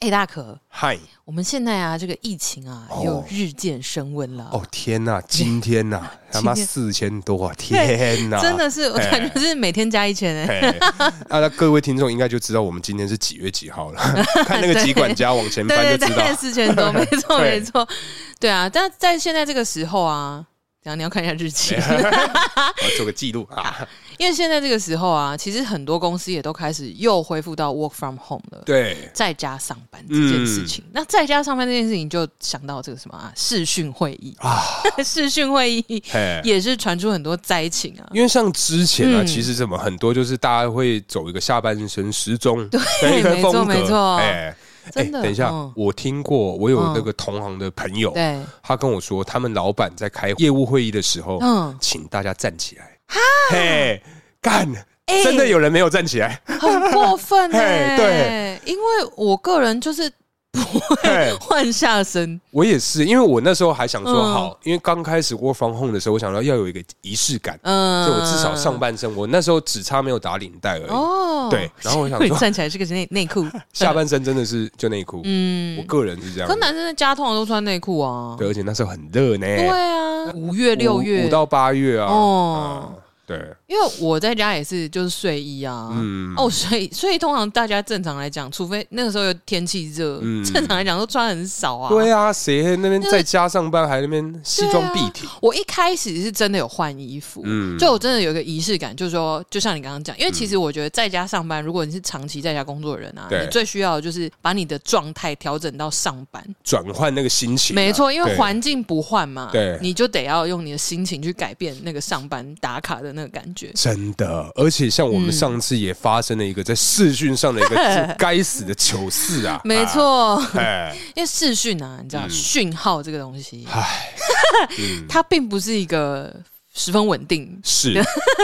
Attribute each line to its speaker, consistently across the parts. Speaker 1: 哎、大可，
Speaker 2: 嗨，
Speaker 1: 我们现在啊，这个疫情啊，
Speaker 2: 哦
Speaker 1: 又日渐升温了。
Speaker 2: 哦天呐，今天呐、 他妈四千多啊，天呐、
Speaker 1: 真的是，我感觉是每天加一千哎、
Speaker 2: 哎嘿。啊，那各位听众应该就知道我们今天是几月几 号了，看那个几管家往前
Speaker 1: 对
Speaker 2: 翻就
Speaker 1: 对
Speaker 2: 知道啊
Speaker 1: 对，。四千 多，没错
Speaker 2: 对
Speaker 1: 没错，对啊。但在现在这个时候啊，等一下你要看一下日期，
Speaker 2: 啊我要做个记录啊，
Speaker 1: 因为现在这个时候啊，其实很多公司也都开始又恢复到 work from home 了。
Speaker 2: 对，嗯
Speaker 1: 在家上班这件事情，那在家上班这件事情，就想到这个什么啊，视讯会议啊，视讯会议
Speaker 2: 嘿。哦
Speaker 1: 也是传出很多灾情啊，
Speaker 2: 因为像之前啊，
Speaker 1: 嗯
Speaker 2: 其实怎么很多就是大家会走一个下半身时钟的
Speaker 1: 对
Speaker 2: 一个
Speaker 1: 没错
Speaker 2: 风格，
Speaker 1: 没错
Speaker 2: 哎哎，
Speaker 1: 真的。
Speaker 2: 等一下
Speaker 1: 嗯，
Speaker 2: 我听过，我有
Speaker 1: 嗯
Speaker 2: 那个同行的朋友，
Speaker 1: 对，
Speaker 2: 他跟我说，他们老板在开业务会议的时候，
Speaker 1: 嗯，
Speaker 2: 请大家站起来。嘿，干！
Speaker 1: 哎
Speaker 2: 真的有人没有站起 来，
Speaker 1: 很过分哎、
Speaker 2: 嘿对，哎
Speaker 1: 因为我个人就是
Speaker 2: 嘿，
Speaker 1: 换下身，
Speaker 2: 我也是，因为我那时候还想说
Speaker 1: 嗯
Speaker 2: 好，因为刚开始 work from home 的时候，我想到要有一个仪式感，
Speaker 1: 嗯，
Speaker 2: 所以我至少上半身，我那时候只差没有打领带而已，
Speaker 1: 哦，
Speaker 2: 对然后我 想
Speaker 1: 所以
Speaker 2: 说
Speaker 1: 站起来是个内内裤，
Speaker 2: 下半身真的是就内裤，我
Speaker 1: 嗯，
Speaker 2: 个人是这样
Speaker 1: 可，男生在家通常都穿内裤啊，
Speaker 2: 对，而且那时候很热呢，
Speaker 1: 对啊，五月
Speaker 2: 五
Speaker 1: 六月
Speaker 2: 五到八月啊，
Speaker 1: 哦
Speaker 2: 哦，对，
Speaker 1: 因为我在家也是就是睡衣啊，
Speaker 2: 嗯，
Speaker 1: 哦，所以所以通常大家正常来讲，除非那个时候有天气热，
Speaker 2: 嗯
Speaker 1: 正常来讲都穿很少啊，
Speaker 2: 对啊，谁在那边
Speaker 1: 那
Speaker 2: 在家上班还那边西
Speaker 1: 啊
Speaker 2: 装笔挺，
Speaker 1: 我一开始是真的有换衣服，
Speaker 2: 嗯
Speaker 1: 就我真的有一个仪式感，就是说，就像你刚刚讲，因为其实我觉得在家上班，如果你是长期在家工作的人啊，
Speaker 2: 对
Speaker 1: 你最需要的就是把你的状态调整到上班。
Speaker 2: 转换那个心情啊，
Speaker 1: 没错，因为
Speaker 2: 对
Speaker 1: 环境不换嘛，
Speaker 2: 对
Speaker 1: 你就得要用你的心情去改变那个上班打卡的那个感觉。
Speaker 2: 真的，而且像我
Speaker 1: 嗯
Speaker 2: 们上次也发生了一个在视讯上 的一个该死的糗事啊！
Speaker 1: 没错，
Speaker 2: 啊，哎，
Speaker 1: 因为视讯啊，你知道
Speaker 2: 嗯
Speaker 1: 讯、号这个东西，
Speaker 2: 唉，嗯，
Speaker 1: 它并不是一个十分稳定。
Speaker 2: 是，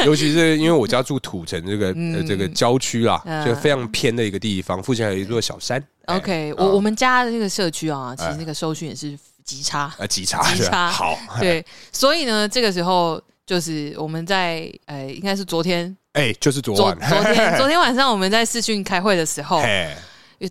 Speaker 2: 尤其是因为我家住土城这个呃这个郊区啦
Speaker 1: 嗯，
Speaker 2: 就非常偏的一个地方，附近还有一座小山。哎
Speaker 1: OK，、
Speaker 2: 啊
Speaker 1: 我我们家的那个社区啊，其实
Speaker 2: 哎
Speaker 1: 那个收讯也是极差。
Speaker 2: 啊，极差，
Speaker 1: 极
Speaker 2: 是吧
Speaker 1: 差
Speaker 2: 好，
Speaker 1: 对，所以呢，这个时候就是我们在呃，应该是昨天，
Speaker 2: 哎，就是昨
Speaker 1: 昨
Speaker 2: 晚，
Speaker 1: 昨 天昨天晚上我们在视讯开会的时候，
Speaker 2: 哎，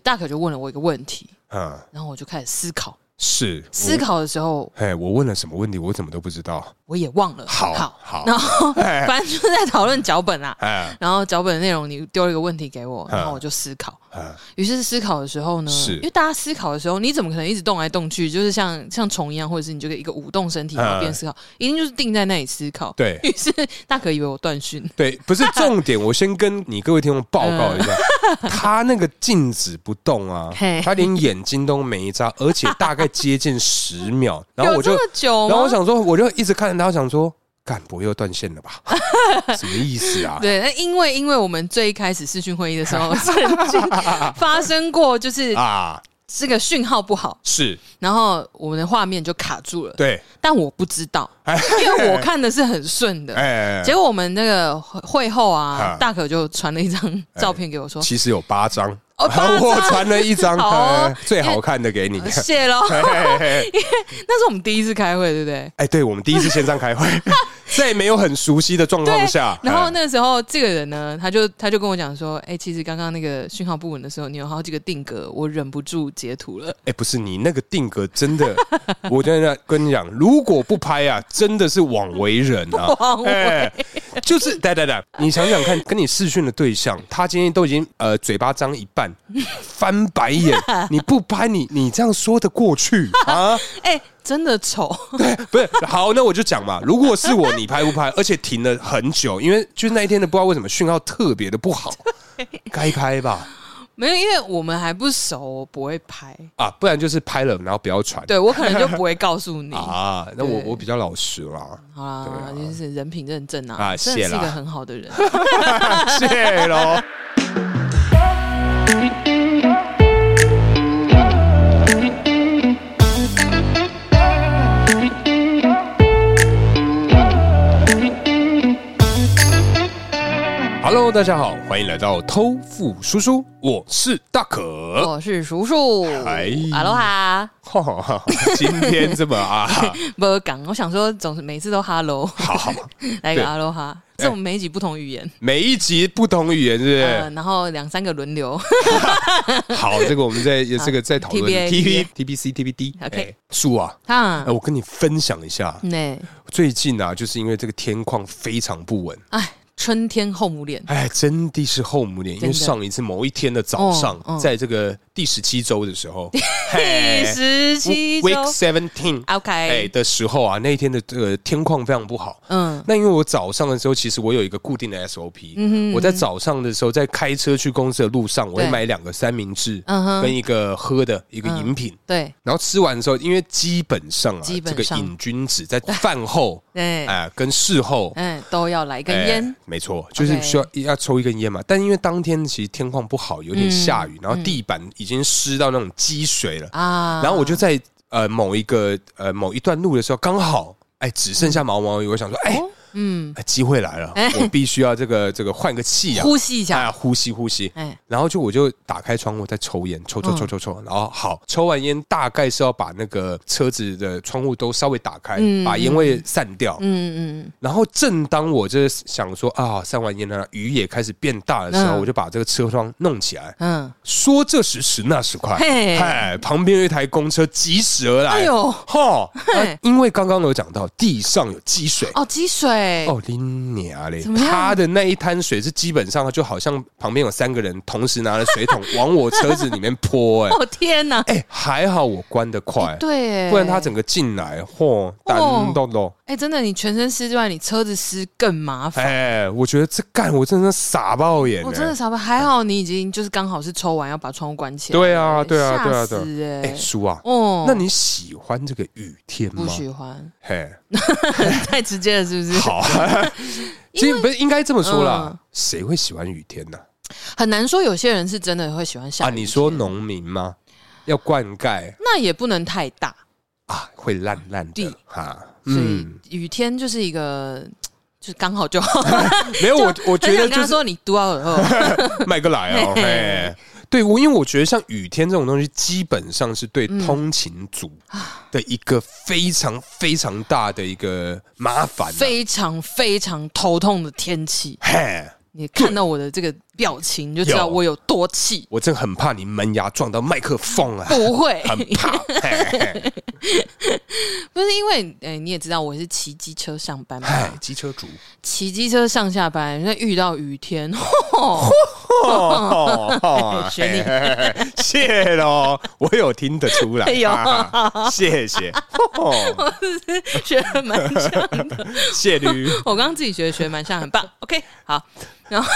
Speaker 1: 大可就问了我一个问题，
Speaker 2: 嗯，
Speaker 1: 然后我就开始思考。
Speaker 2: 是
Speaker 1: 思。考的时候，
Speaker 2: 哎，我问了什么问题，我怎么都不知道。
Speaker 1: 我也忘了。
Speaker 2: 好，
Speaker 1: 好，
Speaker 2: 好，
Speaker 1: 然 后反正就在讨论脚本啦。
Speaker 2: 哎，
Speaker 1: 然后脚本的内容，你丢了一个问题给我，
Speaker 2: 嗯
Speaker 1: 然后我就思考。
Speaker 2: 嗯
Speaker 1: 于是思考的时候呢，
Speaker 2: 是
Speaker 1: 因为大家思考的时候，你怎么可能一直动来动去，就是像像虫一样，或者是你就一个舞动身体，然后边思考，一定就是定在那里思考。
Speaker 2: 嗯对，
Speaker 1: 于是大可以为我断讯，
Speaker 2: 对，不是重点，我先跟你各位听众报告一下， 他那个静止不动啊
Speaker 1: 嗯嘿，
Speaker 2: 他连眼睛都没眨，而且大概接近十秒， 然后
Speaker 1: 有
Speaker 2: 我
Speaker 1: 这
Speaker 2: 就，
Speaker 1: 么啊久吗？
Speaker 2: 然后我想说，我就一直看着他，我想说，干，不会又断线 了吧？什么意思啊？
Speaker 1: 对，那因为因为我们最一开始视讯会议的时 候，曾经发生过，就是
Speaker 2: 啊，
Speaker 1: 这个讯号不好，
Speaker 2: 是
Speaker 1: 然后我们的画面就卡住了。
Speaker 2: 对，
Speaker 1: 但我不知道，因为我看的是很顺的。
Speaker 2: 哎，
Speaker 1: 结果我们那个会会后啊
Speaker 2: 啊，
Speaker 1: 大可就传了一张照片给我说
Speaker 2: 其实有八张，
Speaker 1: 哦八张
Speaker 2: 我传了一张、
Speaker 1: 好哦
Speaker 2: 哎最好看的给你：“。
Speaker 1: 谢喽。
Speaker 2: 嘿嘿嘿
Speaker 1: 那是我们第一次开会，对不对？
Speaker 2: 哎，对，我们第一次线 上开会，在没有很熟悉的状况下，
Speaker 1: 然后
Speaker 2: 哎？
Speaker 1: 那个时候，这个人呢，他就他就跟我讲说：“哎、其实刚刚那个讯号不稳的时候，你有好几个定格，我忍不住截图了。
Speaker 2: 哎、不是你那个定格真的， 我真的跟你讲，如果不拍啊，真的是枉为人啊！
Speaker 1: 枉为
Speaker 2: 哎就是，对对对，你想想看，跟你视讯的对象，他今天都已经呃嘴巴张一半，翻 白眼，你不拍你，你这样说得过去啊？
Speaker 1: 哎，真的丑，
Speaker 2: 不是，好，那我就讲嘛，如果是我，你拍不拍？而且停了很久，因为就是那一天的不知道为什么讯号特别的不好，该拍吧。
Speaker 1: 没有，因为我们还不熟，我不会拍。
Speaker 2: 啊，不然就是拍了，然后不要传。
Speaker 1: 对我可能就不会告诉你。好
Speaker 2: 啊，那我
Speaker 1: 对
Speaker 2: 我比较老实啦，
Speaker 1: 啦，
Speaker 2: 对啊
Speaker 1: 就是人品认证啊，
Speaker 2: 啊
Speaker 1: 真的
Speaker 2: 谢
Speaker 1: 是一
Speaker 2: 啦
Speaker 1: 个很好 的人。
Speaker 2: 谢喽。Hello， Hello，大家好，欢迎来到偷富叔叔，我是大 可。
Speaker 1: 我是叔叔，
Speaker 2: 哎
Speaker 1: 阿罗哈，
Speaker 2: 哈哈，今天这么啊，
Speaker 1: 不港，我想说总是每次都哈喽，
Speaker 2: 好好，
Speaker 1: 来个
Speaker 2: 对
Speaker 1: 阿罗哈，
Speaker 2: 哎
Speaker 1: 这我们每一集不同语言，
Speaker 2: 每一集不同语言，是不
Speaker 1: 呃
Speaker 2: 是？，
Speaker 1: 然后两三个轮流，
Speaker 2: 好，这个我们在这个在讨 论
Speaker 1: TBA
Speaker 2: 啊 T B T B C T B D。
Speaker 1: OK
Speaker 2: 哎树啊，
Speaker 1: 哈
Speaker 2: 哎，，我跟你分享一下，
Speaker 1: 那
Speaker 2: 最近啊，就是因为这个天况非常不稳，
Speaker 1: 哎，春天后母脸，
Speaker 2: 哎，真的是后母年，因为
Speaker 1: 真的
Speaker 2: 上一次某一天的早上
Speaker 1: 哦，哦
Speaker 2: 在这个第十七周的 时候，
Speaker 1: 第
Speaker 2: 嘿
Speaker 1: 十七周
Speaker 2: Week Seventeen，哎
Speaker 1: ，OK，
Speaker 2: 的时候啊，那一天的这个天况非常不好。
Speaker 1: 嗯，
Speaker 2: 那因为我早上的时候，其实我有一个固定的 SOP，、
Speaker 1: 嗯
Speaker 2: 我在早上的时候，在开车去公司的路上，我会
Speaker 1: 对
Speaker 2: 买两个三明治，
Speaker 1: 嗯哼嗯
Speaker 2: 跟一个喝的一个饮品。
Speaker 1: 对
Speaker 2: 然后吃完的时候，因为基本上啊，
Speaker 1: 基本
Speaker 2: 这个
Speaker 1: 上
Speaker 2: 瘾君子在饭后
Speaker 1: 对，
Speaker 2: 啊、跟事后
Speaker 1: 嗯，哎都要来一根
Speaker 2: 哎
Speaker 1: 烟，
Speaker 2: 没错，就是需要要抽一根烟嘛。但因为当天其实天况不好，有点下
Speaker 1: 嗯
Speaker 2: 雨，然后地板已经湿到那种积水了。
Speaker 1: 啊，
Speaker 2: 然后我就在呃某一个呃某一段路的时候，刚好哎只剩下毛毛雨，我想说哎
Speaker 1: 哦嗯，
Speaker 2: 哎机会来了，我必须要这个这个换个气啊，
Speaker 1: 呼吸一下，
Speaker 2: 啊呼吸呼吸。
Speaker 1: 哎，嗯
Speaker 2: 然后就我就打开窗户在抽烟，抽抽抽抽抽，然后好抽完烟大概是要把那个车子的窗户都稍微打开，
Speaker 1: 嗯
Speaker 2: 把烟味散掉。
Speaker 1: 嗯嗯
Speaker 2: 然后正当我这想说啊散完烟了，雨也开始变大的时候，
Speaker 1: 嗯
Speaker 2: 我就把这个车窗弄起来。
Speaker 1: 嗯，
Speaker 2: 说这时迟那时快，
Speaker 1: 嘿
Speaker 2: 啊嗨，旁边有一台公车疾驶而来，
Speaker 1: 哎呦，
Speaker 2: 哈，
Speaker 1: 嘿
Speaker 2: 因为刚刚有讲到地上有积水。
Speaker 1: 哦，积水，
Speaker 2: 哦，你娘嘞
Speaker 1: 怎！么样
Speaker 2: 他的那一滩水是基本上就好像旁边有三个人同时拿着水桶往我车子里面泼、哎
Speaker 1: 哦天哪，哎
Speaker 2: 哎，还好我关得快，
Speaker 1: 对耶，
Speaker 2: 不然他整个进来，嚯，单咚咚，
Speaker 1: 哎，真的，你全身湿之外，你车子湿更麻烦。
Speaker 2: 哎，我觉得这干我真的傻爆眼、哎
Speaker 1: 我真的傻吧，还好你已经就是刚好是抽完要把窗户关起来。
Speaker 2: 对啊，对啊，对啊，
Speaker 1: 吓
Speaker 2: 对啊，
Speaker 1: 死
Speaker 2: 哎，
Speaker 1: 哎，
Speaker 2: 叔啊，
Speaker 1: 哦，
Speaker 2: 那你喜欢这个雨天
Speaker 1: 不
Speaker 2: 吗？
Speaker 1: 喜欢，
Speaker 2: 嘿，
Speaker 1: 太直接了是不是？
Speaker 2: 好，其实不是应该这么说啦
Speaker 1: 嗯，
Speaker 2: 谁会喜欢雨天呢？
Speaker 1: 很难说，有些人是真的会喜欢下雨
Speaker 2: 啊，
Speaker 1: 天。
Speaker 2: 你说农民吗？要灌溉
Speaker 1: 那也不能太大，
Speaker 2: 啊，会烂烂的
Speaker 1: 地
Speaker 2: 哈。嗯
Speaker 1: 所以，雨天就是一个。就是刚好就好，
Speaker 2: 没有我，我觉
Speaker 1: 很想
Speaker 2: 得
Speaker 1: 跟他
Speaker 2: 就是
Speaker 1: 说你读好以 后，
Speaker 2: 麦个来哦，
Speaker 1: 嘿
Speaker 2: 嘿。对，我因为我觉得像雨天这种东西，基本上是对通勤族的一个非常非常大的一个麻烦、啊。
Speaker 1: 非常非常头痛的天气，
Speaker 2: 嘿，
Speaker 1: 你看到我的这个表情你就知道
Speaker 2: 有
Speaker 1: 我有多 气。
Speaker 2: 我真的很怕你门牙撞到麦克风啊，
Speaker 1: 不会，
Speaker 2: 很怕。嘿嘿
Speaker 1: 不是因为，哎、你也知道我是骑机车上班嘛，
Speaker 2: 嗨，机车族，
Speaker 1: 骑机车上下班，那遇到雨天，
Speaker 2: 哦，哦
Speaker 1: 选你
Speaker 2: 嘿嘿嘿谢喽，我有听得出来，
Speaker 1: 哎呦
Speaker 2: 哈哈谢谢，哦
Speaker 1: 学的蛮像。
Speaker 2: 谢驴，
Speaker 1: 我刚刚自己觉得学的蛮像，很 棒。OK，好，然后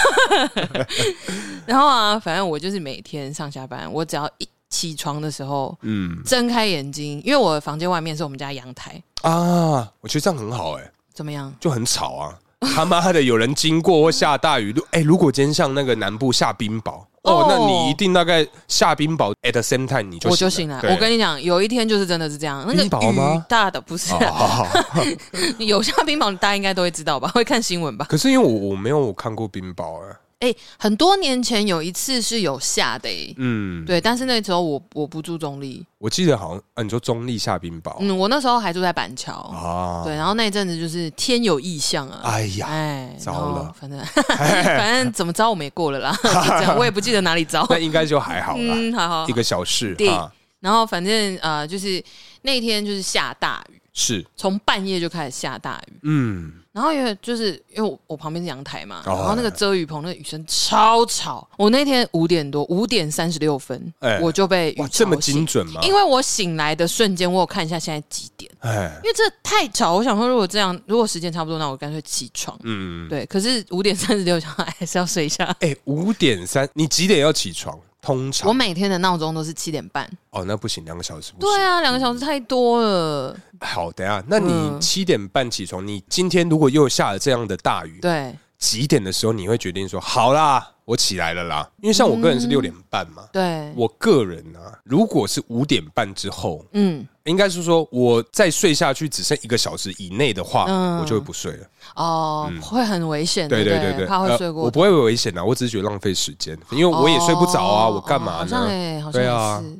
Speaker 1: 然后啊，反正我就是每天上下班，我只要一起床的时候，
Speaker 2: 嗯
Speaker 1: 睁开眼睛，因为我的房间外面是我们家阳台，
Speaker 2: 啊，我觉得这样很好，哎，
Speaker 1: 怎么样？
Speaker 2: 就很吵啊， 他妈的，有人经过或下大雨，如哎，如果今天像那个南部下冰雹，哦
Speaker 1: 哦，
Speaker 2: 那你一定大概下冰雹 at the same time 你就
Speaker 1: 我就醒来，
Speaker 2: 对
Speaker 1: 我跟你讲，有一天就是真的是这样。那个
Speaker 2: 冰雹吗
Speaker 1: 雨大的不是、
Speaker 2: 哦
Speaker 1: 啊，
Speaker 2: 好好好，
Speaker 1: 有下冰雹，大家应该都会知道吧？ 会看新闻吧？
Speaker 2: 可是因为我我没有看过冰雹，哎，
Speaker 1: 哎、很多年前有一次是有下的、欸，
Speaker 2: 嗯，
Speaker 1: 对，但是那时候我我不住中立，
Speaker 2: 我记得好像啊，你说中立下冰雹
Speaker 1: 嗯，我那时候还住在板桥，
Speaker 2: 啊，
Speaker 1: 对，然后那一阵子就是天有异象啊。
Speaker 2: 哎呀。
Speaker 1: 哦哎，
Speaker 2: 糟
Speaker 1: 然后
Speaker 2: 了
Speaker 1: 反正 反正怎么糟我们也过了 啦，就这样，我也不记得哪里糟。
Speaker 2: 那应该就还好啦，
Speaker 1: 嗯，好好
Speaker 2: 一。个小事
Speaker 1: 对
Speaker 2: 啊，
Speaker 1: 然后反正呃，就是那天就是下大雨，
Speaker 2: 是，
Speaker 1: 从半夜就开始下大雨。
Speaker 2: 嗯，
Speaker 1: 然后因为就是因为我我旁边是阳台嘛，
Speaker 2: 哦
Speaker 1: 然后那个遮雨棚那个雨声超吵。我那天五点多，五点三十六分
Speaker 2: 哎，
Speaker 1: 我就被雨
Speaker 2: 哇，
Speaker 1: 吵
Speaker 2: 这么
Speaker 1: 醒
Speaker 2: 精准啊吗？
Speaker 1: 因为我醒来的瞬间，我有看一下现在几点，
Speaker 2: 哎，
Speaker 1: 因为这太吵。我想说，如果这样，如果时间差不多，那我干脆起床。
Speaker 2: 嗯，
Speaker 1: 对，可是五点三十六，想还是要睡一 下。
Speaker 2: 哎，五点三，你几点要起床？通
Speaker 1: 我
Speaker 2: 常
Speaker 1: 每天的闹钟都是七点半。
Speaker 2: 哦，那不行，两个小时不
Speaker 1: 对
Speaker 2: 行。
Speaker 1: 啊，两个小时太多了。
Speaker 2: 好，等一下，那你
Speaker 1: 嗯
Speaker 2: 七点半起床，你今天如果又下了这样的大雨，
Speaker 1: 对，
Speaker 2: 几点的时候你会决定说，好啦，我我起来了啦。因为像我个人是六点半嘛，
Speaker 1: 对，
Speaker 2: 我个人啊，如果是五点半之后，
Speaker 1: 嗯，
Speaker 2: 应该是说我再睡下去只剩一个小时以内的话，
Speaker 1: 嗯
Speaker 2: 我就会不睡了。
Speaker 1: 哦，会很危险，
Speaker 2: 嗯对
Speaker 1: 对
Speaker 2: 对
Speaker 1: 不
Speaker 2: 对对，
Speaker 1: 怕会
Speaker 2: 呃
Speaker 1: 睡过头。
Speaker 2: 我不会有危险的，我只是觉得浪费时间，因为我也睡不着啊，
Speaker 1: 哦
Speaker 2: 我干嘛
Speaker 1: 好像
Speaker 2: 呢？
Speaker 1: 哎、好像
Speaker 2: 对
Speaker 1: 也
Speaker 2: 啊
Speaker 1: 是。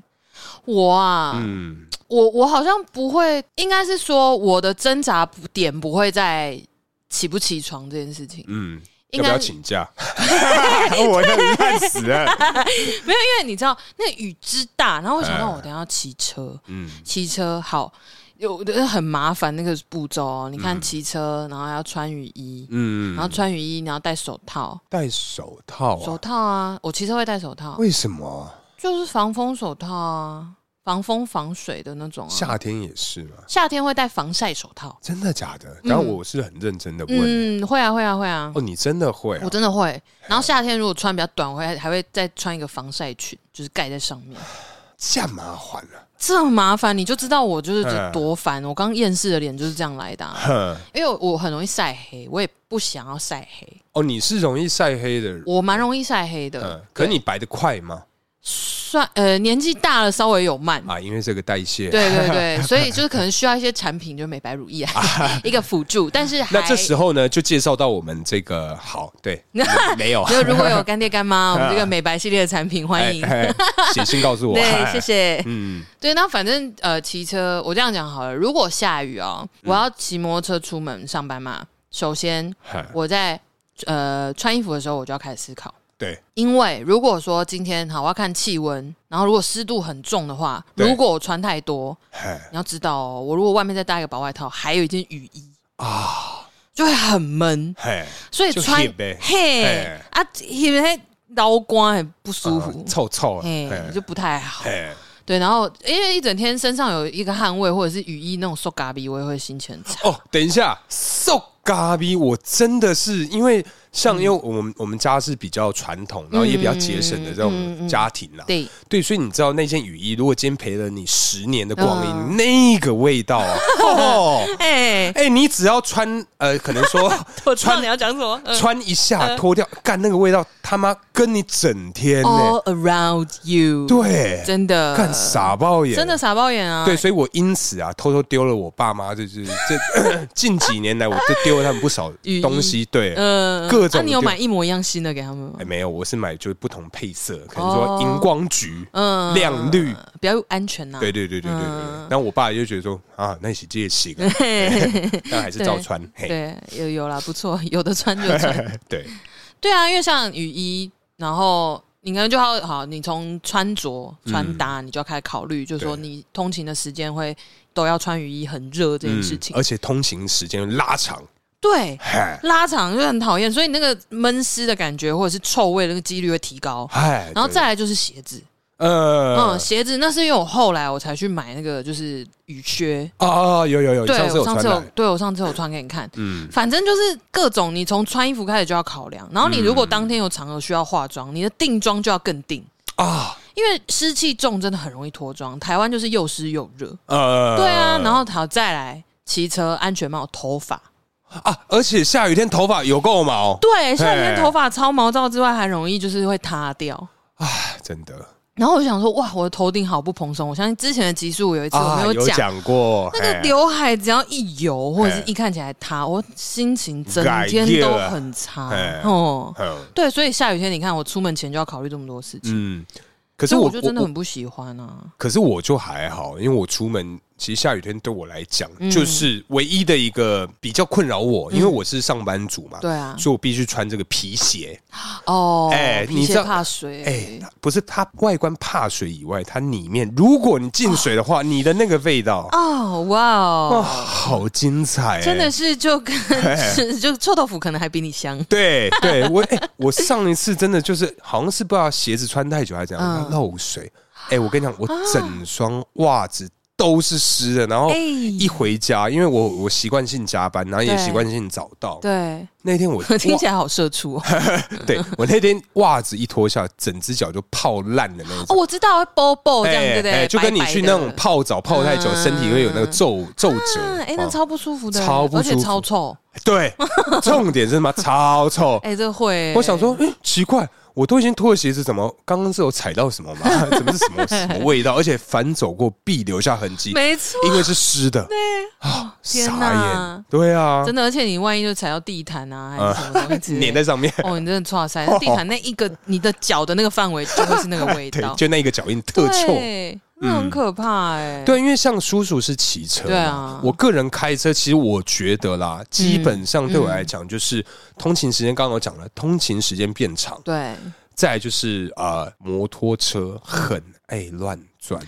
Speaker 1: 我啊，
Speaker 2: 嗯，
Speaker 1: 我我好像不会，应该是说我的挣扎不点不会在起不起床这件事情，
Speaker 2: 嗯，
Speaker 1: 应
Speaker 2: 要不要
Speaker 1: 该
Speaker 2: 请 假？ 我要烂死了。
Speaker 1: 没有，因为你知道那雨之大，然后我想到
Speaker 2: 嗯
Speaker 1: 我等一下要骑车，
Speaker 2: 嗯，
Speaker 1: 骑车好有的很麻烦那个步骤哦。你看骑车，然后还要穿雨衣，
Speaker 2: 嗯，
Speaker 1: 然后穿雨衣，你要戴手套，
Speaker 2: 戴手套
Speaker 1: 手
Speaker 2: 啊？
Speaker 1: 套啊，我骑车会戴手套，
Speaker 2: 为什么
Speaker 1: 就是防风手套啊，防风防水的那种啊。
Speaker 2: 夏天也是嘛？
Speaker 1: 夏天会戴防晒手套，
Speaker 2: 真的假的？然后我是很认真的问，
Speaker 1: 嗯，会啊，会啊，会啊。
Speaker 2: 哦，你真的会啊
Speaker 1: 我？真的会，然后夏天如果穿比较短，我还还会再穿一个防晒裙，就是盖在上 面。
Speaker 2: 干嘛还了？
Speaker 1: 这么麻烦，你就知道我就是
Speaker 2: 嗯
Speaker 1: 多烦。我刚厌世的脸就是这样来的 啊、
Speaker 2: 哼，
Speaker 1: 因为我很容易晒黑，我也不想要晒黑，
Speaker 2: 哦，你是容易晒黑的人，
Speaker 1: 我蛮容易晒黑的。
Speaker 2: 嗯，可你白的快吗？
Speaker 1: 算呃年纪大了稍微有慢，
Speaker 2: 啊，因为这个代谢。
Speaker 1: 对对对，所以就是可能需要一些产品，就是美白乳液啊 一个辅助，但是还
Speaker 2: 那这时候呢，就介绍到我们这个好， 对，没有，
Speaker 1: 就如果有干爹干妈，我们这 个美白系列的产品欢迎。
Speaker 2: 啊哎，哎写信告诉我。
Speaker 1: 对，谢谢。
Speaker 2: 嗯，
Speaker 1: 对，那反正呃，骑车我这样讲好了。如果下雨哦，
Speaker 2: 嗯
Speaker 1: 我要骑摩托车出门上班嘛，首先
Speaker 2: 嗨
Speaker 1: 我在呃穿衣服的时候，我就要开始思考，
Speaker 2: 对，
Speaker 1: 因为如果说今天好，我要看气温，然后如果湿度很重的话，
Speaker 2: 对
Speaker 1: 如果我穿太多，
Speaker 2: 嗨
Speaker 1: 你要知道哦，我如果外面再搭一个薄外套，还有一件雨衣啊，就会很闷，
Speaker 2: 嗨，
Speaker 1: 所以
Speaker 2: 就
Speaker 1: 穿
Speaker 2: heat 呗
Speaker 1: 嘿
Speaker 2: 哎
Speaker 1: 啊，因为刀光很不舒服
Speaker 2: 啊，臭臭，
Speaker 1: 嘿
Speaker 2: 哎，
Speaker 1: 就不太好。
Speaker 2: 哎，
Speaker 1: 对，然后因为一整天身上有一个汗味或者是雨衣那种瘦嘎逼，我也会心情很差。
Speaker 2: 哦，等一下，瘦咖逼，我真的是因为像
Speaker 1: 嗯
Speaker 2: 因为我们我们家是比较传统，然后也比较节省的
Speaker 1: 嗯
Speaker 2: 这种家庭啦，
Speaker 1: 对，
Speaker 2: 对，所以你知道那件雨衣，如果今天陪了你十年的光
Speaker 1: 嗯
Speaker 2: 阴，那个味道 啊，哦，
Speaker 1: 哎、
Speaker 2: 哎，你只要穿呃，可能说
Speaker 1: 我知道你要讲什么。嗯
Speaker 2: 穿一下脱掉，干那个味道，他妈跟你整天呢，
Speaker 1: All around you，，
Speaker 2: 对，
Speaker 1: 哦真的
Speaker 2: 干傻爆眼，
Speaker 1: 真的傻爆眼啊！
Speaker 2: 对，所以我因此啊，偷偷丢了我爸妈，就是这近几年来，我就丢了他们不少
Speaker 1: 雨衣
Speaker 2: 东西。对，
Speaker 1: 嗯，
Speaker 2: 各种
Speaker 1: 那、你有
Speaker 2: 丢
Speaker 1: 买一模一样新的给他们吗
Speaker 2: 哎，？没有，我是买就是不同配色，可能说荧光橘、
Speaker 1: 哦嗯，
Speaker 2: 亮绿。
Speaker 1: 呃比较安全呐、
Speaker 2: 对对对对对对
Speaker 1: 嗯
Speaker 2: 对。然后我爸就觉得说啊，那是这行， 但还是照穿。 嘿，
Speaker 1: 对，有有啦，不错，有的 穿就穿。
Speaker 2: 对，嗯
Speaker 1: 对啊，因为像雨衣，然后你可能就要好，你从穿着穿搭，你就要开始考虑，就是说
Speaker 2: 嗯对
Speaker 1: 你通勤的时间会都要穿雨衣，很热这件事情。
Speaker 2: 嗯而且通勤时间拉长，
Speaker 1: 对，
Speaker 2: 嗨
Speaker 1: 拉长就很讨厌，所以那个闷湿的感觉或者是臭味的那个几率会提高。
Speaker 2: 嗨，
Speaker 1: 然后
Speaker 2: 对
Speaker 1: 再来就是鞋子，嗯，
Speaker 2: 呃
Speaker 1: 鞋子那是因为我后来我才去买那个就是雨靴，
Speaker 2: 啊，有有有，你
Speaker 1: 对
Speaker 2: 上次
Speaker 1: 我
Speaker 2: 有
Speaker 1: 上
Speaker 2: 穿
Speaker 1: 次有
Speaker 2: 来，
Speaker 1: 对我上次有穿给你看，
Speaker 2: 嗯，
Speaker 1: 反正就是各种，你从穿衣服开始就要考量，
Speaker 2: 嗯
Speaker 1: 然后你如果当天有场合需要化妆，你的定妆就要更定
Speaker 2: 啊，
Speaker 1: 因为湿气重真的很容易脱妆。台湾就是又湿又热，
Speaker 2: 呃，
Speaker 1: 对啊。然后好再来骑车、安全帽、头发，
Speaker 2: 啊，而且下雨天头发有够毛，
Speaker 1: 对，夏天
Speaker 2: 嘿
Speaker 1: 头发超毛躁之外，还容易就是会塌掉。
Speaker 2: 哎，真的。
Speaker 1: 然后我就想说，哇，我的头顶好不蓬松。我相信之前的集数有一次我
Speaker 2: 啊，
Speaker 1: 没
Speaker 2: 有
Speaker 1: 讲，
Speaker 2: 讲过
Speaker 1: 那个
Speaker 2: 嘿
Speaker 1: 刘海只要一油或者是
Speaker 2: 嘿
Speaker 1: 一看起来塌，我心情整
Speaker 2: 改
Speaker 1: 天
Speaker 2: 业
Speaker 1: 都
Speaker 2: 了
Speaker 1: 很差
Speaker 2: 嘿
Speaker 1: 哦。
Speaker 2: 嗯
Speaker 1: 对，所以下雨天，你看我出门前就要考虑这么多事情，
Speaker 2: 嗯，可是
Speaker 1: 所以
Speaker 2: 我
Speaker 1: 我就真的
Speaker 2: 我
Speaker 1: 很不喜欢啊。
Speaker 2: 可是我就还好，因为我出门其实下雨天对我来讲、
Speaker 1: 嗯
Speaker 2: 就是唯一的一个比较困扰我，因为我是上班族嘛，
Speaker 1: 对啊，
Speaker 2: 所以我必须穿这个皮鞋。
Speaker 1: 哦，
Speaker 2: 哎
Speaker 1: 皮
Speaker 2: 你
Speaker 1: 鞋
Speaker 2: 知道
Speaker 1: 怕水，
Speaker 2: 哎、不是它外观怕水以外，它里面如果你进水的话，你的那个味道
Speaker 1: 哦，哇
Speaker 2: 啊、
Speaker 1: 哦，
Speaker 2: 好精彩、哎
Speaker 1: 真的。是就跟 是就臭豆腐可能还比你香。
Speaker 2: 对对，我哎、我上一次真的就是好像是不知道鞋子穿太久还是怎
Speaker 1: 嗯
Speaker 2: 样，
Speaker 1: 啊
Speaker 2: 它漏水。哎、我跟你讲，我整双袜子都是湿的，然后
Speaker 1: 哎
Speaker 2: 哦一回家，因为我我习惯性加班，然后也
Speaker 1: 对
Speaker 2: 习惯性早到。
Speaker 1: 对，
Speaker 2: 那天 我
Speaker 1: 听起来
Speaker 2: 哇
Speaker 1: 好社畜哦。
Speaker 2: 对我那天袜子一脱下，整只脚就泡烂的那
Speaker 1: 哦，
Speaker 2: 种。
Speaker 1: 我知道，包包这样
Speaker 2: 哎
Speaker 1: 对不
Speaker 2: 哎
Speaker 1: 对？
Speaker 2: 就跟你
Speaker 1: 白白
Speaker 2: 去
Speaker 1: 的
Speaker 2: 那种泡澡泡太久，
Speaker 1: 嗯
Speaker 2: 身体会有那个皱皱
Speaker 1: 嗯
Speaker 2: 褶。
Speaker 1: 哎，那
Speaker 2: 啊
Speaker 1: 超不舒服的，
Speaker 2: 超不
Speaker 1: 而且
Speaker 2: 舒服
Speaker 1: 超臭。
Speaker 2: 对，重点是他妈超臭。
Speaker 1: 哎，这会。
Speaker 2: 我想说，哎，奇怪，我都已经脱了鞋子，怎么刚刚是有踩到 什么吗？怎么是什么什么味道？而且反走过必留下痕迹，
Speaker 1: 没 错，
Speaker 2: 因为是湿的。啊，
Speaker 1: 天
Speaker 2: 傻
Speaker 1: 哪
Speaker 2: 眼，对啊，
Speaker 1: 真的，而且你万一就踩到地毯啊，还是什么东西之类
Speaker 2: 粘
Speaker 1: 的
Speaker 2: 在上面，
Speaker 1: 哦，你真的错塞，地毯那一个你的脚的那个范围就会是那个味
Speaker 2: 对
Speaker 1: 道，，
Speaker 2: 就那一个脚印特臭。
Speaker 1: 对，
Speaker 2: 嗯
Speaker 1: 那很可怕哎、
Speaker 2: 对，因为像叔叔是骑车嘛，
Speaker 1: 对啊嗯
Speaker 2: 我个人开车，其实我觉得啦，基本上对我来讲就是通勤时间，刚刚我讲了，通勤时间变长，
Speaker 1: 对，
Speaker 2: 再来就是呃，摩托车很爱乱钻，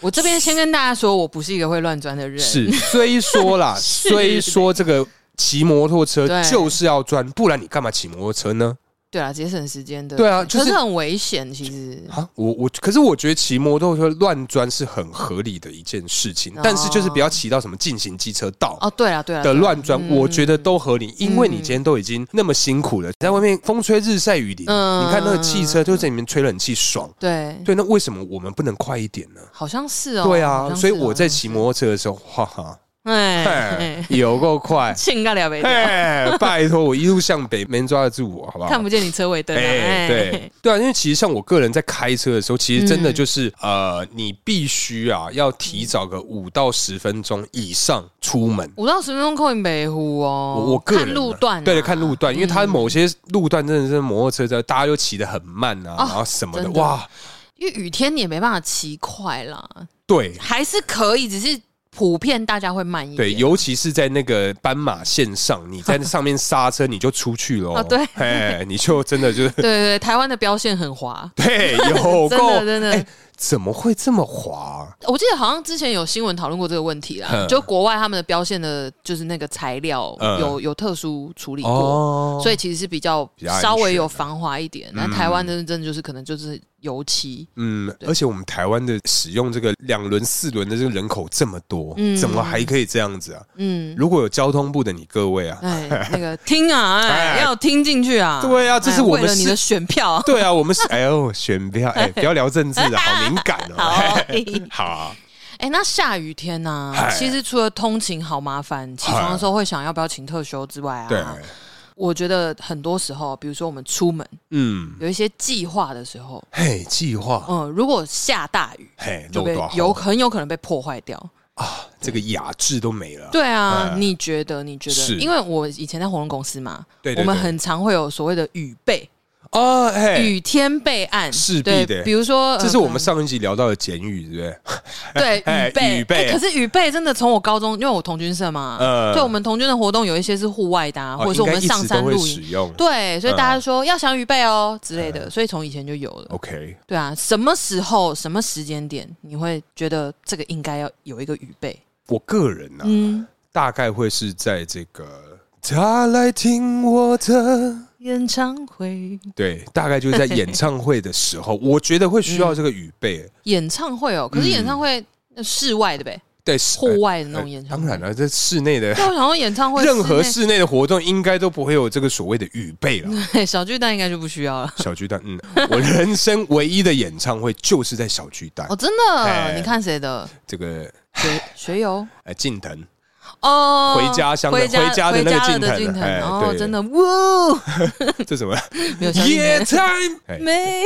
Speaker 1: 我这边先跟大家说，我不是一个会乱钻的人，
Speaker 2: 是虽说啦，
Speaker 1: 是
Speaker 2: 虽说这个骑摩托车
Speaker 1: 对
Speaker 2: 就是要钻，不然你干嘛骑摩托车呢？
Speaker 1: 对啊，节省时间的，
Speaker 2: 对啊就是
Speaker 1: 可是很危险，其实
Speaker 2: 啊，我我可是我觉得骑摩托车乱钻是很合理的一件事情，
Speaker 1: 哦
Speaker 2: 但是就是不要骑到什么进行机车道
Speaker 1: 哦，对啊，对啊，
Speaker 2: 的
Speaker 1: 对啊
Speaker 2: 乱钻，
Speaker 1: 嗯
Speaker 2: 我觉得都合理，因为你
Speaker 1: 嗯
Speaker 2: 今天都已经那么辛苦了，在外面风吹日晒雨淋，
Speaker 1: 嗯
Speaker 2: 你看那个汽车就在里面吹冷气爽。
Speaker 1: 对，
Speaker 2: 对，那为什么我们不能快一点呢？
Speaker 1: 好像是哦，
Speaker 2: 对
Speaker 1: 好
Speaker 2: 啊，
Speaker 1: 像是
Speaker 2: 所以我在
Speaker 1: 哦
Speaker 2: 骑摩托车的时候，哈哈，
Speaker 1: 哎，，
Speaker 2: 嘿有够快
Speaker 1: 庆个聊呗，
Speaker 2: 嘿，哎拜托，我一路向北，没人抓得住我，好不
Speaker 1: 哎看
Speaker 2: 好？
Speaker 1: 不见你车尾灯啊，
Speaker 2: 哎，
Speaker 1: 哎，
Speaker 2: 对对啊，因为其实像我个人在开车的时候，其实真的就是呃，你必须啊要提早个五到十分钟以上出门，
Speaker 1: 五到十分钟扣你北湖哦，
Speaker 2: 我我个人啊
Speaker 1: 看路段、啊，
Speaker 2: 对看路段，因为它某些路段真的是摩托车在，大家就骑得很慢啊，然后什么的，
Speaker 1: 真的
Speaker 2: 哇，
Speaker 1: 因为雨天你也没办法骑快啦，
Speaker 2: 对
Speaker 1: 还是可以，只是普遍大家会慢一点。
Speaker 2: 对，尤其是在那个斑马线上，你在那上面刹车，你就出去喽，
Speaker 1: 啊对
Speaker 2: 哎，你就真的就是，
Speaker 1: 对对对，台湾的标线很滑
Speaker 2: 对，有
Speaker 1: 真
Speaker 2: 够
Speaker 1: 的真的
Speaker 2: 哎怎么会这么滑？
Speaker 1: 我记得好像之前有新闻讨论过这个问题啦
Speaker 2: 嗯，
Speaker 1: 就国外他们的标线的，就是那个材料
Speaker 2: 嗯
Speaker 1: 有有特殊处理过。
Speaker 2: 哦，
Speaker 1: 所以其实是比较
Speaker 2: 比较安全
Speaker 1: 稍微有
Speaker 2: 啊
Speaker 1: 防滑一点，那台湾的真的就是可能就是油漆，
Speaker 2: 嗯，
Speaker 1: 对
Speaker 2: 而且我们台湾的使用这个两轮、四轮的这个人口这么多，
Speaker 1: 嗯
Speaker 2: 怎么还可以这样子啊？
Speaker 1: 嗯，
Speaker 2: 如果有交通部的你各位啊，
Speaker 1: 哎，那个听啊，哎，
Speaker 2: 哎
Speaker 1: 要听进去啊，
Speaker 2: 对啊这是
Speaker 1: 哎
Speaker 2: 我们
Speaker 1: 为了你
Speaker 2: 是
Speaker 1: 的选票啊，
Speaker 2: 对啊，我们是哎呦选票， 哎，不要聊政治了，好敏感哦。
Speaker 1: 好
Speaker 2: 哎 好啊，
Speaker 1: 哎、那下雨天呢、
Speaker 2: 嗨
Speaker 1: 其实除了通勤好麻烦，起床的时候会想要不要请特休之外
Speaker 2: 对，
Speaker 1: 啊，我觉得很多时候，比如说我们出门
Speaker 2: 嗯，
Speaker 1: 有一些计划的时候，
Speaker 2: 嘿，计划，
Speaker 1: 嗯，如果下大雨，
Speaker 2: 嘿，
Speaker 1: 就
Speaker 2: 漏
Speaker 1: 被
Speaker 2: 多少
Speaker 1: 有很有可能被破坏掉。
Speaker 2: 啊？这个雅致都没了。
Speaker 1: 对啊，
Speaker 2: 哎
Speaker 1: 你觉得？你觉得
Speaker 2: 是？
Speaker 1: 因为我以前在活动公司嘛，
Speaker 2: 对对
Speaker 1: 我们
Speaker 2: 对
Speaker 1: 很常会有所谓的雨备、
Speaker 2: 哦，嘿，
Speaker 1: 雨天备案，
Speaker 2: 势必
Speaker 1: 对
Speaker 2: 的
Speaker 1: 比如说，
Speaker 2: 这是
Speaker 1: 呃
Speaker 2: 我们上一集聊到的简语，对不对？
Speaker 1: 对，
Speaker 2: 哎
Speaker 1: 雨备，
Speaker 2: 雨备
Speaker 1: 哎可是雨备真的从我高中，因为我童军社嘛，
Speaker 2: 呃
Speaker 1: 对我们童军的活动有一些是户外的、啊，
Speaker 2: 哦
Speaker 1: 或者是我们
Speaker 2: 应该一
Speaker 1: 上
Speaker 2: 直
Speaker 1: 山
Speaker 2: 都会
Speaker 1: 露
Speaker 2: 使
Speaker 1: 营，
Speaker 2: 用。
Speaker 1: 对，所以
Speaker 2: 嗯
Speaker 1: 大家说、要想雨备哦之类的，所以从以前就有了。
Speaker 2: OK，
Speaker 1: 对啊，什么时候、什么时间点，你会觉得这个应该要有一个雨备？
Speaker 2: 我个人呢，
Speaker 1: 嗯，
Speaker 2: 大概会是在这个他来听我的，
Speaker 1: 演唱会、
Speaker 2: 对，大概就是在演唱会的 时候，我觉得会需要这个语备。
Speaker 1: 演唱会哦，可是
Speaker 2: 嗯
Speaker 1: 演唱会、那室外的呗，
Speaker 2: 对，是
Speaker 1: 户外的那
Speaker 2: 呃
Speaker 1: 种演唱
Speaker 2: 当
Speaker 1: 会。
Speaker 2: 然了，在室内 的
Speaker 1: 对，我想说演唱会
Speaker 2: 任何
Speaker 1: 室
Speaker 2: 室内的活动应该都不会有这个所谓的预备 了。
Speaker 1: 内哎小巨蛋应该就不需要了。
Speaker 2: 小巨蛋，嗯，我人生唯一的演唱会就是在小巨蛋
Speaker 1: 哦，，真的？
Speaker 2: 哎
Speaker 1: 你看谁的？
Speaker 2: 这个
Speaker 1: 学学友。
Speaker 2: 呃 近藤，
Speaker 1: 哦，
Speaker 2: 回家乡的
Speaker 1: 回家
Speaker 2: 回家的那个
Speaker 1: 回家的
Speaker 2: 近藤哎
Speaker 1: 哦，
Speaker 2: 对
Speaker 1: 真的哇，
Speaker 2: 这什么
Speaker 1: 没有相信
Speaker 2: 野餐？哎
Speaker 1: 没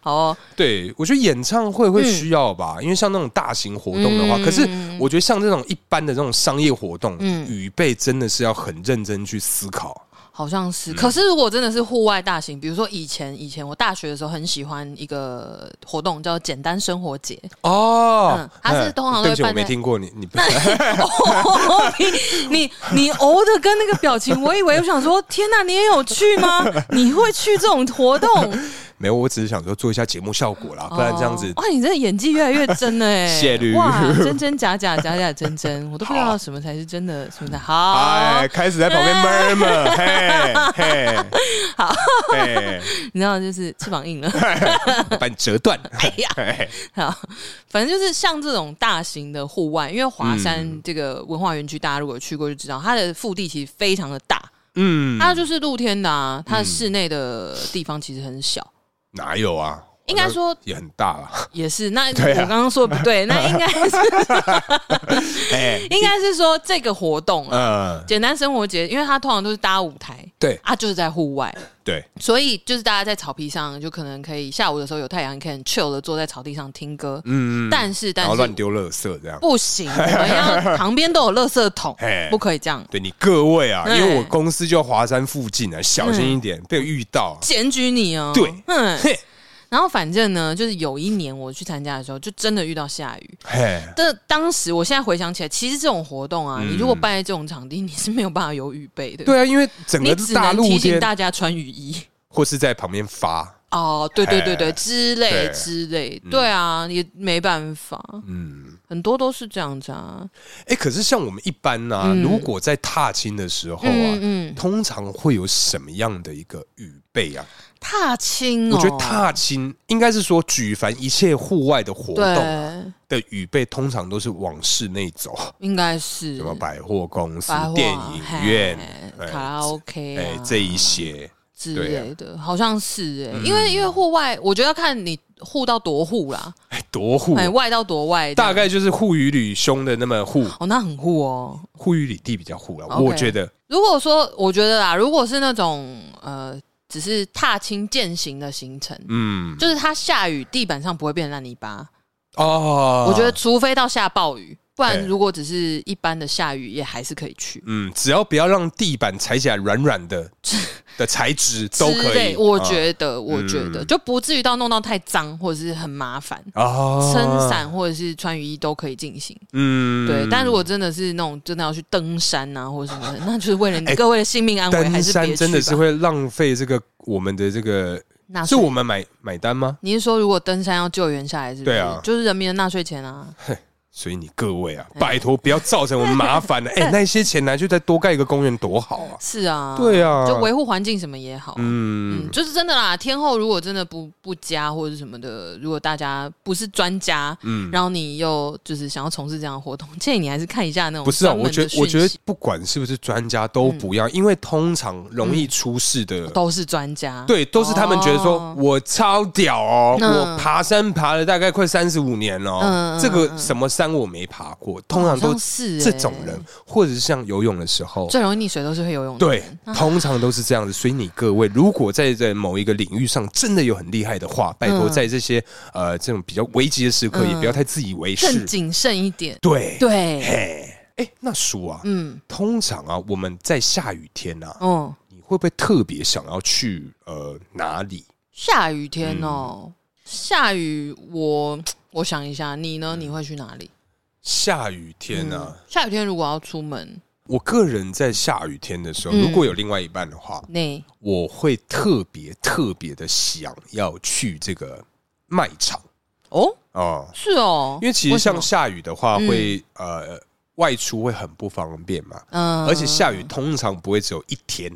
Speaker 1: 好哦，
Speaker 2: 对，我觉得演唱会会需要吧，因为像那种大型活动的话，
Speaker 1: 嗯
Speaker 2: 可是我觉得像这种一般的这种商业活动，
Speaker 1: 嗯
Speaker 2: 预备真的是要很认真去思考。
Speaker 1: 好像
Speaker 2: 嗯
Speaker 1: 是。可是如果真的是户外大型，比如说以前以前我大学的时候很喜欢一个活动叫简单生活节，
Speaker 2: 哦
Speaker 1: 嗯，它是
Speaker 2: 嗯
Speaker 1: 通常都会
Speaker 2: 对不起，我
Speaker 1: 办
Speaker 2: 没
Speaker 1: 在
Speaker 2: 听过你，你不
Speaker 1: 哦你你你哦的跟那个表情，我以为我想说，天哪，你也有去 吗？你会去这种活动？
Speaker 2: 没有，我只是想说做一下节目效果啦， 不然这样子
Speaker 1: 哦哇，你真的演技越来越真了哎，
Speaker 2: 谢律
Speaker 1: 哇，真真假假，假假真真，我都不知道什么才是真的，什么 才好。
Speaker 2: 哎，开始在旁边 murmur，嘿，嘿，
Speaker 1: 哎 好
Speaker 2: 嘿，
Speaker 1: 你知道，就是翅膀硬 了。
Speaker 2: 把你折断。
Speaker 1: 哎呀，
Speaker 2: 嘿
Speaker 1: 好，反正就是像这种大型的户外，因为
Speaker 2: 嗯
Speaker 1: 华山这个文化园区，大家如果有去过就知道，它的腹地其实非常的大，
Speaker 2: 嗯，哦
Speaker 1: 它就是露天的啊，它的室内的地方其实很小。
Speaker 2: 哪有啊？
Speaker 1: 应该说
Speaker 2: 也很大了。
Speaker 1: 也是。那我
Speaker 2: 对啊
Speaker 1: 刚刚说的不 对，那应该是
Speaker 2: 哎，
Speaker 1: 应该是说这个活动啊，
Speaker 2: 嗯，
Speaker 1: 简单生活节，因为它通常都是搭舞台，
Speaker 2: 对
Speaker 1: 啊，就是在户外，
Speaker 2: 对，
Speaker 1: 所以就是大家在草皮上，就可能可以下午的时候有太阳，可以很 chill 的坐在草地上听歌。
Speaker 2: 嗯，
Speaker 1: 但是，
Speaker 2: 然
Speaker 1: 但
Speaker 2: 后乱
Speaker 1: 是
Speaker 2: 丢垃圾这样。
Speaker 1: 不 行，我们要旁边都有垃圾桶
Speaker 2: 嘿，
Speaker 1: 不可以这样。
Speaker 2: 对你各位啊，因
Speaker 1: 哎
Speaker 2: 为我公司就华山附近啊，小心一点，
Speaker 1: 嗯
Speaker 2: 被我遇 到啊。
Speaker 1: 检举你哦，
Speaker 2: 对
Speaker 1: 嗯，
Speaker 2: 嘿，
Speaker 1: 然后反正呢，就是有一年我去参加的时候，就真的遇到下雨。
Speaker 2: 嘿，
Speaker 1: 但当时我现在回想起来，其实这种活动啊，你如果办在这种场地，你是没有办法有雨备的。，
Speaker 2: 嗯对啊，因为整
Speaker 1: 你
Speaker 2: 个
Speaker 1: 只
Speaker 2: 大
Speaker 1: 能
Speaker 2: 露
Speaker 1: 提醒
Speaker 2: 天，
Speaker 1: 大家穿雨衣。
Speaker 2: 或是在旁边发，
Speaker 1: 哦，对对对对，
Speaker 2: 哎
Speaker 1: 之类
Speaker 2: 对
Speaker 1: 之类，对啊，也没办法，
Speaker 2: 嗯，
Speaker 1: 很多都是这样子啊。
Speaker 2: 哎，可是像我们一般呢、
Speaker 1: 嗯
Speaker 2: 如果在踏青的时候啊，
Speaker 1: 嗯嗯，
Speaker 2: 通常会有什么样的一个预备啊？
Speaker 1: 踏青哦，
Speaker 2: 我觉得踏青应该是说举凡一切户外的活动啊
Speaker 1: 对，
Speaker 2: 的预备，通常都是往室内走，
Speaker 1: 应该是
Speaker 2: 什么百货公司
Speaker 1: 百、货啊
Speaker 2: 电影院、
Speaker 1: 嘿
Speaker 2: 哎
Speaker 1: 卡拉 OK
Speaker 2: 哎、
Speaker 1: 啊
Speaker 2: 这一些，
Speaker 1: 之
Speaker 2: 对啊嗯
Speaker 1: 类的，好像是哎，因为因为户外，我觉得要看你户到多户啦，
Speaker 2: 哎、多户
Speaker 1: 哎，外到多外，
Speaker 2: 大。概就是护与履兄的那么护，
Speaker 1: 哦，那很酷哦。
Speaker 2: 护与履地比较护了。
Speaker 1: OK
Speaker 2: 我觉得
Speaker 1: 如果说，我觉得啦，如果是那种呃，只是踏青践行的行程，
Speaker 2: 嗯啊
Speaker 1: 就是它下雨，地板上不会变烂泥巴。
Speaker 2: 哦，
Speaker 1: 我觉得除非到下暴雨，不然
Speaker 2: 对
Speaker 1: 如果只是一般的下雨，也还是可以去。
Speaker 2: 嗯，只要不要让地板踩起来软 软的的材质都
Speaker 1: 之
Speaker 2: 可
Speaker 1: 类
Speaker 2: 以，啊嗯
Speaker 1: 我
Speaker 2: 得
Speaker 1: 觉得，我觉得就不至于到弄到太脏或者是很麻烦。
Speaker 2: 啊
Speaker 1: 撑伞或者是穿雨衣都可以进行，
Speaker 2: 嗯
Speaker 1: 对。但如果真的是那种真的要去登山啊，或者什 么的，那就是为了你各位的性命安危，还
Speaker 2: 哎登
Speaker 1: 是别
Speaker 2: 山
Speaker 1: 去
Speaker 2: 真的是
Speaker 1: 吧
Speaker 2: 会浪费这个我们的这个，
Speaker 1: 纳
Speaker 2: 是
Speaker 1: 税
Speaker 2: 我们买买单吗？
Speaker 1: 你是说，如果登山要救援下来，是不是？
Speaker 2: 对啊
Speaker 1: 就是人民的纳税钱啊。
Speaker 2: 所以你各位
Speaker 1: 哎
Speaker 2: 啊，拜托不要造成我们麻烦了。 哎，那些钱拿去再多盖一个公园多好啊！
Speaker 1: 是啊，
Speaker 2: 对啊
Speaker 1: 就维护环境什么也好。嗯
Speaker 2: 嗯，
Speaker 1: 就是真的啦。天后如果真的不不佳或者是什么的，如果大家不是专家，嗯，然后你又就是想要从事这样的活动，建议你还是看一下那种
Speaker 2: 不是啊，
Speaker 1: 专门
Speaker 2: 我
Speaker 1: 的
Speaker 2: 觉得我
Speaker 1: 讯
Speaker 2: 觉得
Speaker 1: 息嗯
Speaker 2: 不管是不是专家都不要，因为通常容易出事的，
Speaker 1: 都是专家，
Speaker 2: 对，都是他们觉得说、
Speaker 1: 嗯哦
Speaker 2: 我超屌哦，
Speaker 1: 嗯
Speaker 2: 我爬山爬了大概快三十五年了、哦，
Speaker 1: 嗯嗯
Speaker 2: 这个什么山我没爬过，通常
Speaker 1: 好
Speaker 2: 都
Speaker 1: 像是欸啊
Speaker 2: 这种人，或者是像游泳的时候。
Speaker 1: 最容易溺水都是会游泳的
Speaker 2: 对
Speaker 1: 人，
Speaker 2: 通常都是这样子，所以你各位如果在在某一个领域上真的有很厉害的话，拜托
Speaker 1: 嗯
Speaker 2: 在这些呃这种比较危急的时刻，
Speaker 1: 嗯
Speaker 2: 也不要太自以为
Speaker 1: 更
Speaker 2: 是。
Speaker 1: 谨慎一点。
Speaker 2: 对，
Speaker 1: 对，
Speaker 2: 嘿，哎，那叔啊，
Speaker 1: 嗯，
Speaker 2: 通常啊，我们在下雨天啊，
Speaker 1: 哦，
Speaker 2: 你会不会特别想要去呃哪里？
Speaker 1: 下雨天
Speaker 2: 嗯
Speaker 1: 哦，下雨我我想一下，你呢？你会去哪里？
Speaker 2: 下雨天啊，
Speaker 1: 嗯下雨天如果要出门，
Speaker 2: 我个人在下雨天的时候，
Speaker 1: 嗯
Speaker 2: 如果有另外一半的话，
Speaker 1: 那
Speaker 2: 我会特别特别的想要去这个卖场
Speaker 1: 哦
Speaker 2: 哦、
Speaker 1: 是哦，
Speaker 2: 因为其实
Speaker 1: 为
Speaker 2: 像
Speaker 1: 什么
Speaker 2: 下雨的话
Speaker 1: 嗯
Speaker 2: 会，呃外出会很不方便嘛，
Speaker 1: 嗯
Speaker 2: 而且下雨通常不会只有一天。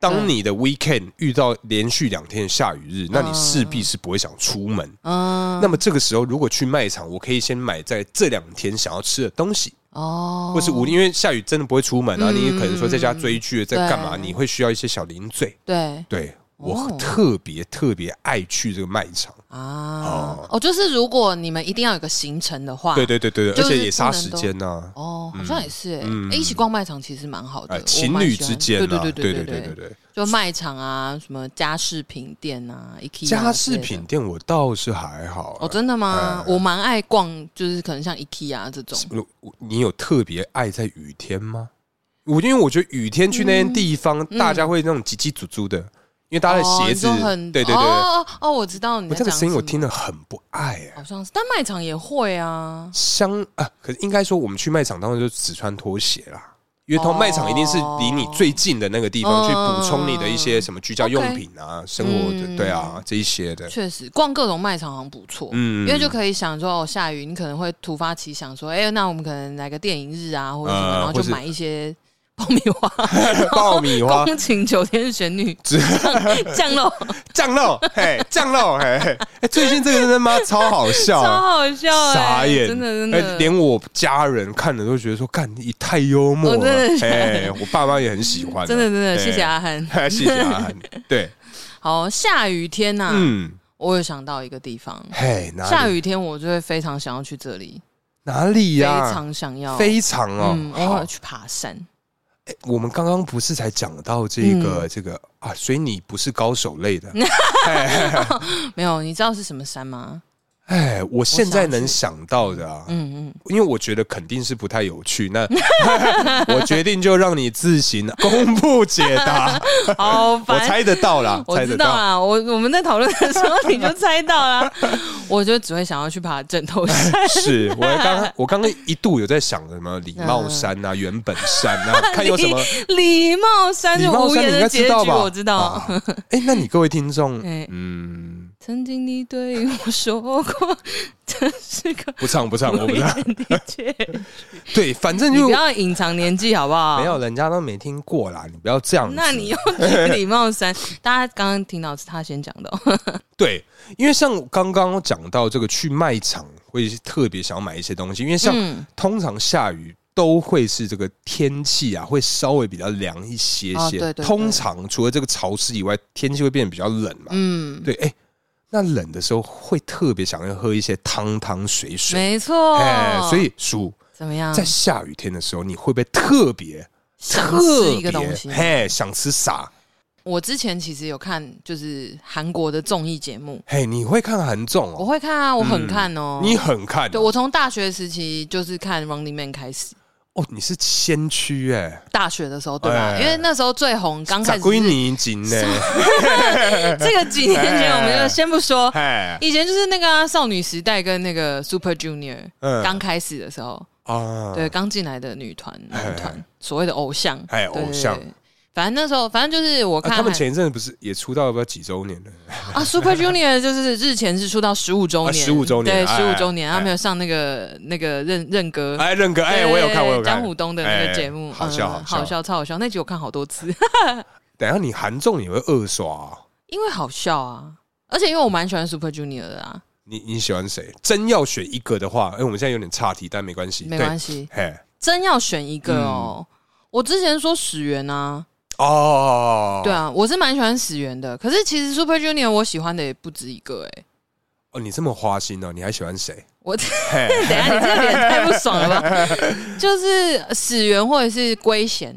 Speaker 2: 当你的 weekend 遇到连续两天的下雨日，那你势必是不会想出门。
Speaker 1: 嗯
Speaker 2: 那么这个时候，如果去卖场，我可以先买在这两天想要吃的东西，
Speaker 1: 哦，
Speaker 2: 或是无因为下雨真的不会出门啊，
Speaker 1: 嗯
Speaker 2: 你可能说在家追剧啊在干嘛，
Speaker 1: 对
Speaker 2: 你会需要一些小零嘴。
Speaker 1: 对
Speaker 2: 对
Speaker 1: 哦
Speaker 2: 我特别特别爱去这个卖场，
Speaker 1: 啊哦，就是如果你们一定要有个行程的话，
Speaker 2: 对对对对，对
Speaker 1: 啊就
Speaker 2: 而
Speaker 1: 是
Speaker 2: 且也杀时间啊呐。
Speaker 1: 哦，好像也是欸
Speaker 2: 嗯
Speaker 1: 欸一起逛卖场其实蛮好的，，
Speaker 2: 呃
Speaker 1: 我
Speaker 2: 情
Speaker 1: 蛮
Speaker 2: 侣
Speaker 1: 喜欢
Speaker 2: 之间啊，
Speaker 1: 对
Speaker 2: 对
Speaker 1: 对对
Speaker 2: 对
Speaker 1: 对
Speaker 2: 对，对。
Speaker 1: 就卖场啊，什么家饰品店啊，IKEA
Speaker 2: 家
Speaker 1: 之类
Speaker 2: 饰
Speaker 1: 的
Speaker 2: 品店我倒是还好
Speaker 1: 哦，
Speaker 2: 啊，
Speaker 1: 真的吗？我蛮爱逛，就是可能像 IKEA 这种，
Speaker 2: 我哎我你有特别爱在雨天吗？我因为我觉得雨天去那些
Speaker 1: 嗯
Speaker 2: 地方，大家会那种叽叽足足的，因为大家的鞋子
Speaker 1: 哦你说，很
Speaker 2: 对对对对，
Speaker 1: 哦哦哦，我知道你
Speaker 2: 我
Speaker 1: 在
Speaker 2: 这个
Speaker 1: 讲
Speaker 2: 声音我
Speaker 1: 什么
Speaker 2: 听得很不爱哎。
Speaker 1: 好像是，但卖场也会啊。
Speaker 2: 相啊，可是应该说我们去卖场当然就只穿拖鞋啦，因为通
Speaker 1: 哦
Speaker 2: 卖场一定是离你最近的那个地方
Speaker 1: 嗯
Speaker 2: 去补充你的一些什么居家用品啊、生活
Speaker 1: 哦嗯
Speaker 2: 的对啊这一些 的，
Speaker 1: 确实，逛各种卖场好像不错，
Speaker 2: 嗯
Speaker 1: 因为就可以想说，哦，下雨，你可能会突发奇想说，哎、那我们可能来个电影日啊，或者什么，
Speaker 2: 呃
Speaker 1: 然后
Speaker 2: 或
Speaker 1: 就是买一些 爆米花、
Speaker 2: 爆米 花
Speaker 1: 宫崎九天玄 女
Speaker 2: 只
Speaker 1: 酱肉，
Speaker 2: 酱肉， 嘿，酱肉，嘿，嘿哎，最近这个真的妈超好笑
Speaker 1: 超
Speaker 2: 啊。
Speaker 1: 好笑、哎
Speaker 2: 傻眼，
Speaker 1: 真的真的，
Speaker 2: 哎连我家人看了都觉得说，干你太幽默
Speaker 1: 我
Speaker 2: 了
Speaker 1: 哦真，的
Speaker 2: 哎，我爸妈也很喜 欢啊，
Speaker 1: 真的真的，
Speaker 2: 对
Speaker 1: 谢谢阿汉。
Speaker 2: 谢谢阿涵，对，
Speaker 1: 好，下雨天呐、啊
Speaker 2: 嗯，
Speaker 1: 我有想到一个地方，
Speaker 2: 嘿，哪
Speaker 1: 下
Speaker 2: 里
Speaker 1: 雨天我就会非常想要去这里，
Speaker 2: 哪里
Speaker 1: 非
Speaker 2: 呀、
Speaker 1: 常想要，
Speaker 2: 非常哦，
Speaker 1: 嗯，我
Speaker 2: 好
Speaker 1: 要，去爬 山，
Speaker 2: 我们刚刚不是才讲到这个、
Speaker 1: 嗯
Speaker 2: 这个啊，所以你不是高手类的。
Speaker 1: 没有，你知道是什么山 吗？
Speaker 2: 哎，我现在
Speaker 1: 想
Speaker 2: 能
Speaker 1: 去
Speaker 2: 想到的啊，
Speaker 1: 嗯嗯，
Speaker 2: 因为我觉得肯定是不太有趣，那 我决定就让你自行公布解答，
Speaker 1: 好
Speaker 2: 我
Speaker 1: 烦。
Speaker 2: 猜得到啦，
Speaker 1: 我
Speaker 2: 猜
Speaker 1: 知
Speaker 2: 得
Speaker 1: 道啊
Speaker 2: 到。
Speaker 1: 啦，我我们在讨论的时候你就猜到 啦，我就只会想要去爬枕头山，
Speaker 2: 是 我刚我刚刚一度有在想什么礼貌山
Speaker 1: 嗯
Speaker 2: 啊、原本山 啊，看有什么
Speaker 1: 礼貌山
Speaker 2: 礼
Speaker 1: 是
Speaker 2: 貌
Speaker 1: 无
Speaker 2: 山，
Speaker 1: 言
Speaker 2: 你
Speaker 1: 的
Speaker 2: 应该
Speaker 1: 结
Speaker 2: 知
Speaker 1: 局，
Speaker 2: 道吧？
Speaker 1: 我知道。
Speaker 2: 啊。哎，那你各位听 众
Speaker 1: 哎，
Speaker 2: 嗯，
Speaker 1: 曾经你对我说过，真是个
Speaker 2: 不唱不 唱，我
Speaker 1: 无
Speaker 2: 不唱。
Speaker 1: 言的 结局。
Speaker 2: 对，反正
Speaker 1: 你
Speaker 2: 就
Speaker 1: 不要隐藏年纪好不好？
Speaker 2: 没有，人家都没听过啦，你不要这样子。
Speaker 1: 那你要去礼貌山，大家刚刚听到是他先讲的哦、
Speaker 2: 对，因为像刚刚讲到这个去卖场会特别想要买一些东西，因为像
Speaker 1: 嗯
Speaker 2: 通常下雨都会是这个天气啊，会稍微比较凉一些些。
Speaker 1: 哦对对对
Speaker 2: 通常除了这个潮湿以外，天气会变得比较冷嘛。
Speaker 1: 嗯，
Speaker 2: 对，哎、那冷的时候会特别想要喝一些汤汤水水。
Speaker 1: 没错。嗯
Speaker 2: 哎，所以叔
Speaker 1: 怎么样？
Speaker 2: 在下雨天的时候，你会不会特别
Speaker 1: 想吃
Speaker 2: 特
Speaker 1: 一个
Speaker 2: 别
Speaker 1: 东西。
Speaker 2: 嘿想吃啥？
Speaker 1: 我之前其实有看，就是韩国的综艺节目，
Speaker 2: 嘿，你会看韩综
Speaker 1: 我
Speaker 2: 哦？
Speaker 1: 会看啊，我很看哦。
Speaker 2: 你很看哦
Speaker 1: 对我从大学时期就是看《Running Man》开始，
Speaker 2: 哦，你是先驱哎、
Speaker 1: 大学的时候对吧？
Speaker 2: 哎
Speaker 1: 因为那时候最红，刚开
Speaker 2: 咋
Speaker 1: 始
Speaker 2: 归
Speaker 1: 是
Speaker 2: 你紧 呢？
Speaker 1: 这个几年前，我们就先不说，
Speaker 2: 哎，
Speaker 1: 以前就是那个啊、少女时代跟那个 Super Junior
Speaker 2: 嗯
Speaker 1: 刚开始的时候，
Speaker 2: 啊，
Speaker 1: 对，刚进来的女团、
Speaker 2: 哎
Speaker 1: 男团，所谓的偶像，
Speaker 2: 哎
Speaker 1: 对
Speaker 2: 偶像。
Speaker 1: 对对反正那时候，反正就是我
Speaker 2: 啊
Speaker 1: 看
Speaker 2: 他们
Speaker 1: 韩
Speaker 2: 前一阵子不是也出道要不要几周年了？
Speaker 1: 啊，Super Junior 就是日前是出道十五周年，
Speaker 2: 啊15周年
Speaker 1: 对，
Speaker 2: 哎
Speaker 1: 十五周年，
Speaker 2: 哎
Speaker 1: 他们有上那个那个任任哥，
Speaker 2: 哎，任哥，哎，
Speaker 1: 对
Speaker 2: 我有看，我有看
Speaker 1: 江。虎东的那个节目，
Speaker 2: 哎好笑
Speaker 1: 嗯
Speaker 2: 好笑
Speaker 1: 好笑，超好笑，那集我看好多次，
Speaker 2: 等一下你韩综也会二刷啊？
Speaker 1: 因为好笑啊，而且因为我蛮喜欢 Super Junior 的啊，
Speaker 2: 你你喜欢谁？真要选一个的话，哎，我们现在有点岔题，但没关系，
Speaker 1: 没
Speaker 2: 对嗯
Speaker 1: 关系，
Speaker 2: 嘿，
Speaker 1: 真要选一个哦，我之前说始源啊，
Speaker 2: 哦，
Speaker 1: 对，啊，我是蛮喜欢始源的，可是其实 Super Junior 我喜欢的也不止一个哎、
Speaker 2: 哦，你这么花心哦，你还喜欢谁？
Speaker 1: 我 等一下你这个脸太不爽了吧？ 就是始源或者是龟贤，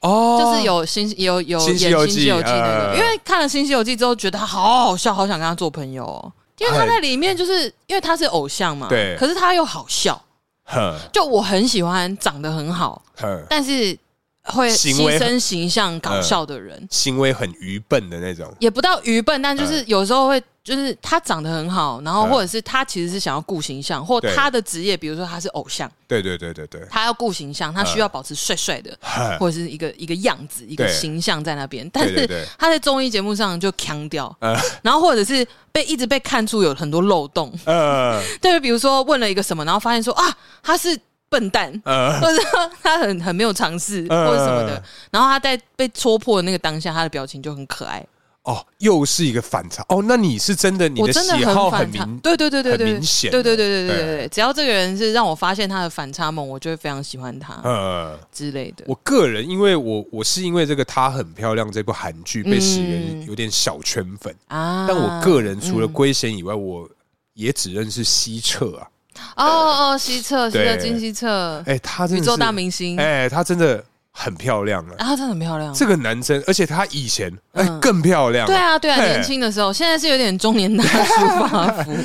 Speaker 2: 哦，
Speaker 1: 就是有新有有演
Speaker 2: 新
Speaker 1: 《
Speaker 2: 西游
Speaker 1: 新
Speaker 2: 记
Speaker 1: 西游记》那个，
Speaker 2: 呃
Speaker 1: 因为看了《新西游记》之后，觉得他好好笑，好想跟他做朋友、哦。因为他在里面就是因为他是偶像嘛，
Speaker 2: 对
Speaker 1: 可是他又好笑，
Speaker 2: 哼
Speaker 1: 就我很喜欢长得很好，
Speaker 2: 哼，
Speaker 1: 但是会
Speaker 2: 行为嗯
Speaker 1: 牺牲形象搞笑的人。
Speaker 2: 行为很愚笨的那种，
Speaker 1: 也不到愚笨，但就是有时候会，就是他长得很好，然后
Speaker 2: 嗯
Speaker 1: 或者是他其实是想要顾形象，或
Speaker 2: 对
Speaker 1: 他的职业，比如说他是偶像，
Speaker 2: 对对对对对，
Speaker 1: 他要顾形象，他
Speaker 2: 嗯
Speaker 1: 需要保持帅帅的，
Speaker 2: 哼
Speaker 1: 或者是一个一个样子，一个
Speaker 2: 哎对
Speaker 1: 形象在那边。但
Speaker 2: 对
Speaker 1: 是
Speaker 2: 对
Speaker 1: 他在综艺节目上就腔掉
Speaker 2: 嗯，
Speaker 1: 然后或者是被一直被看出有很多漏洞，
Speaker 2: 呃
Speaker 1: 对，比如说问了一个什么，然后发现说啊，他是笨 蛋，
Speaker 2: 呃，
Speaker 1: 或者说他很很没有尝试，
Speaker 2: 嗯
Speaker 1: 或者什么的。然后他在被戳破的那个当下，他的表情就很可爱。
Speaker 2: 哦，又是一个反差哦。那你是真的，你
Speaker 1: 我
Speaker 2: 的
Speaker 1: 真的
Speaker 2: 喜好很
Speaker 1: 反
Speaker 2: 明
Speaker 1: 差，对对对对对，
Speaker 2: 很明显
Speaker 1: 对对对对
Speaker 2: 对
Speaker 1: 对对对，只要这个人是让我发现他的反差萌，我就会非常喜欢他
Speaker 2: 呃，
Speaker 1: 之类的。
Speaker 2: 我个人因为我我是因为这个她很漂亮这部韩剧被石原
Speaker 1: 嗯
Speaker 2: 有点小圈粉，
Speaker 1: 啊嗯
Speaker 2: 但我个人除了龟贤以外，我也只认识西澈啊。
Speaker 1: 哦哦，西澈，西澈，
Speaker 2: 对
Speaker 1: 金西澈，
Speaker 2: 哎、她真
Speaker 1: 宇
Speaker 2: 的是
Speaker 1: 宙大明星，啊，
Speaker 2: 哎、她真的很漂亮了、
Speaker 1: 她真的很漂亮。
Speaker 2: 这个男生，而且她以前哎、
Speaker 1: 嗯
Speaker 2: 更漂亮、
Speaker 1: 对，啊，对啊，
Speaker 2: 嘿
Speaker 1: 年轻的时候，现在是有点中年大叔发 福，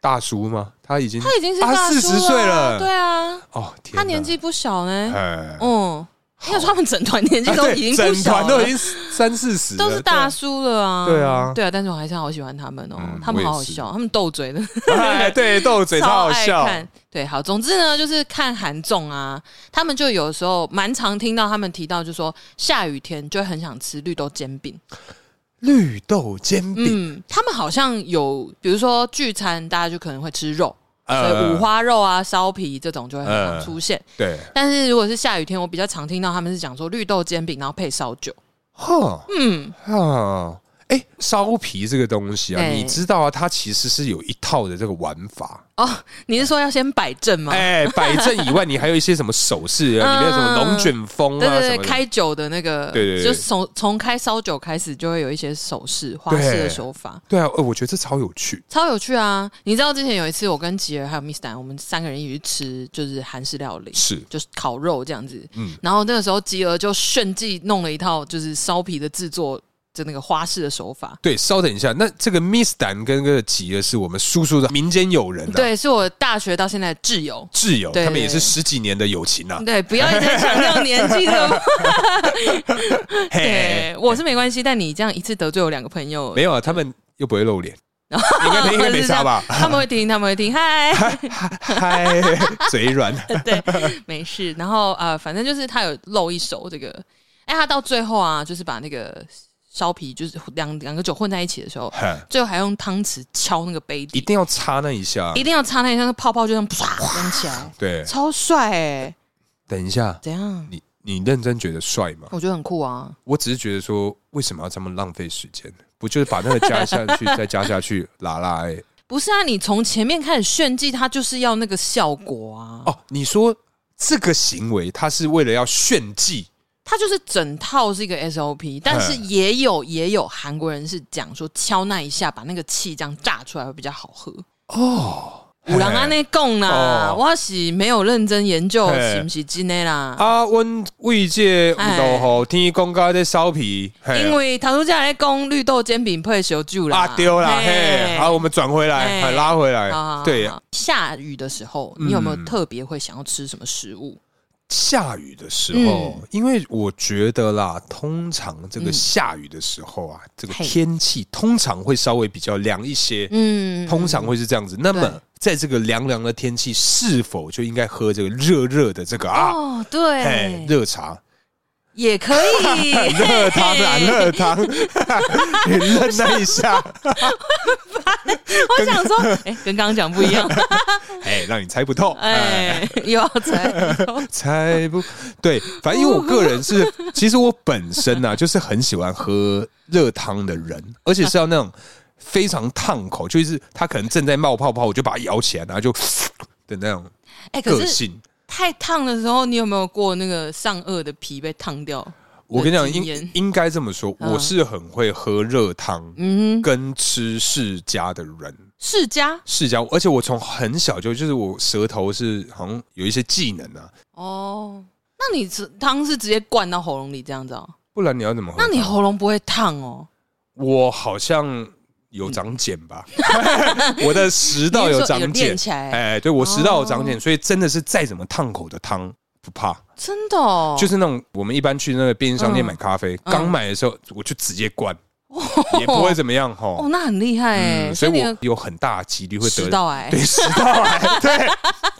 Speaker 2: 大叔吗？他已经
Speaker 1: 他已经是
Speaker 2: 他
Speaker 1: 大叔啊
Speaker 2: 40岁啊了
Speaker 1: 对啊，
Speaker 2: 哦，天
Speaker 1: 他
Speaker 2: 哪
Speaker 1: 年纪不小呢，
Speaker 2: 哎，
Speaker 1: 嗯，因为他们整团年纪
Speaker 2: 啊
Speaker 1: 都
Speaker 2: 对
Speaker 1: 已经不
Speaker 2: 整
Speaker 1: 小
Speaker 2: 团都已
Speaker 1: 了，
Speaker 2: 经三四十了，
Speaker 1: 都是大叔了啊，
Speaker 2: 对啊
Speaker 1: 对啊，但是我还是好喜欢他们哦
Speaker 2: 嗯，
Speaker 1: 他们好
Speaker 2: 我
Speaker 1: 好
Speaker 2: 也是
Speaker 1: 笑，他们斗嘴的
Speaker 2: 哎，对，斗嘴 超好
Speaker 1: 爱
Speaker 2: 笑。
Speaker 1: 看。对，好，总之呢，就是看韩综啊，他们就有时候蛮常听到他们提到，就说下雨天就会很想吃绿豆煎饼。
Speaker 2: 绿豆煎饼，
Speaker 1: 嗯，他们好像有，比如说聚餐，大家就可能会吃肉，所以
Speaker 2: 呃
Speaker 1: 五花肉啊、烧皮这种就会很常出现。
Speaker 2: 对，
Speaker 1: 但是如果是下雨天，我比较常听到他们是讲说绿豆煎饼，然后配烧酒。
Speaker 2: 哈，
Speaker 1: 嗯，
Speaker 2: 哈，哎，烧皮这个东西啊，
Speaker 1: 对
Speaker 2: 你知道啊，它其实是有一套的这个玩法。
Speaker 1: 哦， 你是说要先摆正吗？
Speaker 2: 哎，摆正以外，你还有一些什么 手势
Speaker 1: 嗯
Speaker 2: 啊，里面有什么龙卷风
Speaker 1: 对
Speaker 2: 啊什
Speaker 1: 对
Speaker 2: 么
Speaker 1: 对，
Speaker 2: 的。
Speaker 1: 开酒的那个，
Speaker 2: 对对对
Speaker 1: 就是从从开烧酒开始，就会有一些手势、花式的手法，
Speaker 2: 对啊，呃我觉得这超有趣。
Speaker 1: 超有趣啊！你知道之前有一次，我跟吉儿还有 Miss 丹，我们三个人一起去吃，就是韩式料理，
Speaker 2: 是
Speaker 1: 就是烤肉这样子。
Speaker 2: 嗯
Speaker 1: 然后那个时候吉儿就炫技弄了一套，就是烧皮的制作的那个花式的手法。
Speaker 2: 对，稍等一下，那这个 Miss Dan 跟这个吉儿是我们叔叔的民间友人、啊，，
Speaker 1: 对，是我大学到现在的挚友。
Speaker 2: 挚友，
Speaker 1: 对
Speaker 2: 他们也是
Speaker 1: 对
Speaker 2: 十几年的友情啊。
Speaker 1: 对，不要一直强调年纪 的。
Speaker 2: 嘿
Speaker 1: 对，，我是没关系，但你这样一次得罪我两个朋友，？
Speaker 2: 没有啊，他们又不会露脸，应该没应该没差吧
Speaker 1: 他们会听，他们会听，嗨，
Speaker 2: 嗨，嘴 软，
Speaker 1: 对，没事。然后呃，反正就是他有露一手这个，哎，他到最后啊，就是把那个烧皮，就是两两个酒混在一起的时候，
Speaker 2: 哼
Speaker 1: 最后还用汤匙敲那个杯
Speaker 2: 一
Speaker 1: 底，
Speaker 2: 定要擦那一下
Speaker 1: 一。定要擦那一下，那泡泡就这样啪扬起来，
Speaker 2: 对，
Speaker 1: 超帅哎、
Speaker 2: 等一下，
Speaker 1: 怎样？
Speaker 2: 你你认真觉得帅吗？
Speaker 1: 我觉得很酷啊！
Speaker 2: 我只是觉得说，为什么要这么浪费时间呢？不就是把那个加下去，再加下去，拉拉哎、
Speaker 1: 不是啊，你从前面开始炫技，他就是要那个效果啊。
Speaker 2: 哦，你说这个行为，他是为了要炫技，
Speaker 1: 它就是整套是一个
Speaker 2: 嗯
Speaker 1: SOP，但是也有也有韩国人是讲说敲那一下，把那个气这样炸出来会比较好喝。哦，五郎安内贡啦，
Speaker 2: 哦
Speaker 1: 我是没有认真研究
Speaker 2: 嘿
Speaker 1: 是不是真的啦，
Speaker 2: 啊，阮为这有落后，天公家在烧皮，嘿
Speaker 1: 因为唐书家来供绿豆煎饼配小酒啦，
Speaker 2: 啊丢啦，嘿，好，我们转回来，
Speaker 1: 嘿
Speaker 2: 啊拉回
Speaker 1: 好好
Speaker 2: 来，
Speaker 1: 好
Speaker 2: 对，
Speaker 1: 下雨的时候，你有没有
Speaker 2: 嗯
Speaker 1: 特别会想要吃什么食物？
Speaker 2: 下雨的时候，因为我觉得啦，通常这个
Speaker 1: 嗯
Speaker 2: 下雨的时候啊，这个
Speaker 1: 嘿
Speaker 2: 天气通常会稍微比较凉一些，
Speaker 1: 嗯，
Speaker 2: 通常会是这样子。那么
Speaker 1: 对
Speaker 2: 在这个凉凉的天气，是否就应该喝这个热热的这个啊，
Speaker 1: 哦，对，
Speaker 2: 嘿，热茶？
Speaker 1: 也可 以，
Speaker 2: 热汤啊，热汤， 你愣那一下，
Speaker 1: 我想说，哎、跟刚刚讲不一样，
Speaker 2: 哎，让你猜不透，哎。
Speaker 1: 哎、又要 猜，
Speaker 2: 猜不对，反正因为我个 人是，其实我本身呐、就是很喜欢喝热汤的人，而且是要那种非常烫口，就是它可能正在冒泡泡，我就把它舀起来，然后就的那种
Speaker 1: 哎、可
Speaker 2: 个
Speaker 1: 是
Speaker 2: 性。
Speaker 1: 太烫的时候，你有没有过那个上颚的皮被烫掉？
Speaker 2: 我跟你讲，
Speaker 1: 经验
Speaker 2: 应应该这么说，
Speaker 1: 嗯
Speaker 2: 我是很会喝热汤
Speaker 1: 嗯，
Speaker 2: 跟吃世家的人。
Speaker 1: 世家
Speaker 2: 世家，而且我从很小就就是我舌头是好像有一些技能啊，
Speaker 1: 哦，那你吃汤是直接灌到喉咙里这样子哦？
Speaker 2: 不然你要怎么喝
Speaker 1: 那
Speaker 2: 汤？
Speaker 1: 你喉咙不会烫哦？
Speaker 2: 我好像有长茧吧， 我的食道有长
Speaker 1: 嗯你是说有
Speaker 2: 茧
Speaker 1: 练起，来
Speaker 2: 哎，对我食道有长茧，
Speaker 1: 哦
Speaker 2: 所以真的是再怎么烫口的汤不怕，
Speaker 1: 真的哦，
Speaker 2: 就是是那种我们一般去那个便利商店
Speaker 1: 嗯
Speaker 2: 买咖啡，刚买的时候我就直接灌，也不会怎么样
Speaker 1: 哦，
Speaker 2: 吼。
Speaker 1: 那很厉害哎、
Speaker 2: 嗯，所以
Speaker 1: 你
Speaker 2: 我
Speaker 1: 的
Speaker 2: 有很大的几率会
Speaker 1: 食
Speaker 2: 得
Speaker 1: 道欸癌
Speaker 2: 对，食道 癌，对，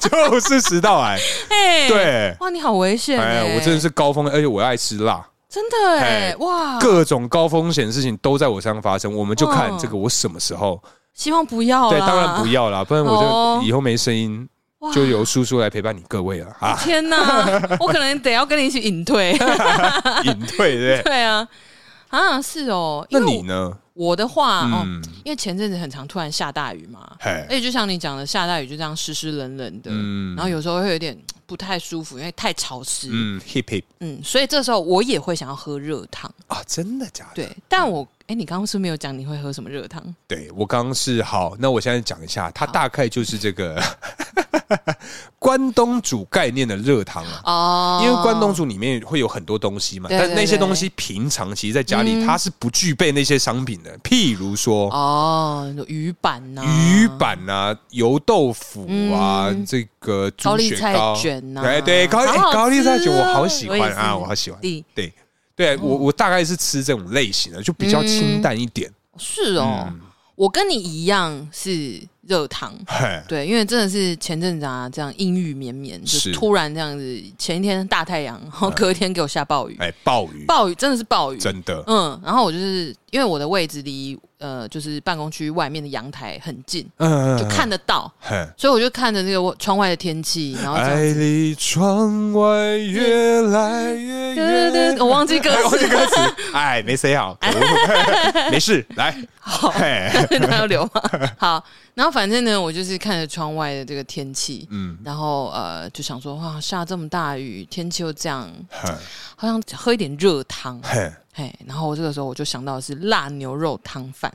Speaker 2: 就是食道癌，
Speaker 1: 哎，
Speaker 2: 对。
Speaker 1: 哇，你好危险哎、
Speaker 2: 哎，我真的是高风险，而且我爱吃辣，
Speaker 1: 真的哎、
Speaker 2: 哎
Speaker 1: 哇，
Speaker 2: 各种高风险的事情都在我身上发生，我们就看
Speaker 1: 哦
Speaker 2: 这个我什么时候
Speaker 1: 希望不哦要啦，
Speaker 2: 对，当然不要啦，不然我
Speaker 1: 哦
Speaker 2: 就以后没声音，
Speaker 1: 哇
Speaker 2: 就由叔叔来陪伴你各位了 啊，
Speaker 1: 天哪，我可能得要跟你一起隐退。
Speaker 2: 隐退对不对？
Speaker 1: 对啊，啊是哦。
Speaker 2: 那
Speaker 1: 因为
Speaker 2: 你呢？
Speaker 1: 我我的话、哦，
Speaker 2: 嗯，
Speaker 1: 因为前阵子很常突然下大雨嘛，而
Speaker 2: 嘿，
Speaker 1: 且就像你讲的，下大雨就这样湿湿冷冷的，
Speaker 2: 嗯
Speaker 1: 然后有时候会有点嘖不太舒服，因为太潮湿。嗯
Speaker 2: 嗯，hip hip
Speaker 1: 所以这时候我也会想要喝热汤。
Speaker 2: 啊，真的假的？
Speaker 1: 对，但我哎、你刚刚是不是没有讲你会喝什么热汤？
Speaker 2: 对我刚刚是好，那我现在讲一下，它大概就是这个 关东煮概念的热汤啊。
Speaker 1: 哦
Speaker 2: 因为关东煮里面会有很多东西嘛，
Speaker 1: 对
Speaker 2: 但那些
Speaker 1: 对对嗯
Speaker 2: 东西平常其实在家里它是不具备那些商品的，譬如说
Speaker 1: 哦，有鱼板呐、
Speaker 2: 鱼板啊、油豆腐啊、
Speaker 1: 嗯
Speaker 2: 这个
Speaker 1: 高
Speaker 2: 猪
Speaker 1: 丽
Speaker 2: 血
Speaker 1: 菜
Speaker 2: 糕、
Speaker 1: 卷呐、
Speaker 2: 对对，高丽、
Speaker 1: 好
Speaker 2: 哎
Speaker 1: 好
Speaker 2: 高丽菜
Speaker 1: 吃
Speaker 2: 卷
Speaker 1: 哦
Speaker 2: 我好喜欢
Speaker 1: 也是
Speaker 2: 啊，我好喜欢。
Speaker 1: 弟嗯
Speaker 2: 对对，我我大概是吃这种类型的，就比较清淡一点。
Speaker 1: 是哦，
Speaker 2: 嗯
Speaker 1: 我跟你一样是热汤。
Speaker 2: 嘿，
Speaker 1: 对，因为真的是前阵子啊，这样阴雨绵绵，就是突然这样子，前一天
Speaker 2: 嗯
Speaker 1: 大太阳，然后隔天给我下暴雨，
Speaker 2: 哎，鲍鱼
Speaker 1: 暴雨真的是暴雨，
Speaker 2: 真的
Speaker 1: 嗯，然后我就是因为我的位置离呃就是办公区外面的阳台很近，
Speaker 2: 嗯，
Speaker 1: 就看得到，
Speaker 2: 嘿。
Speaker 1: 所以我就看着那个窗外的天 气，然后这样
Speaker 2: 爱离窗外越来越
Speaker 1: 对对对
Speaker 2: 远。
Speaker 1: 对，我忘记歌
Speaker 2: 哎，忘
Speaker 1: 词
Speaker 2: 记 歌词，哎，没 say 好，可恶没事，来，
Speaker 1: 好，
Speaker 2: 嘿，
Speaker 1: 他要留吗？ 好，然后反正呢，我就是看着窗外的这个天气，
Speaker 2: 嗯，
Speaker 1: 然后呃，就想说哇，下这么大雨，天气又这样，
Speaker 2: 嘿
Speaker 1: 好像喝一点热汤，
Speaker 2: 嘿，
Speaker 1: 嘿，然后我这个时候我就想到的是辣牛肉汤饭，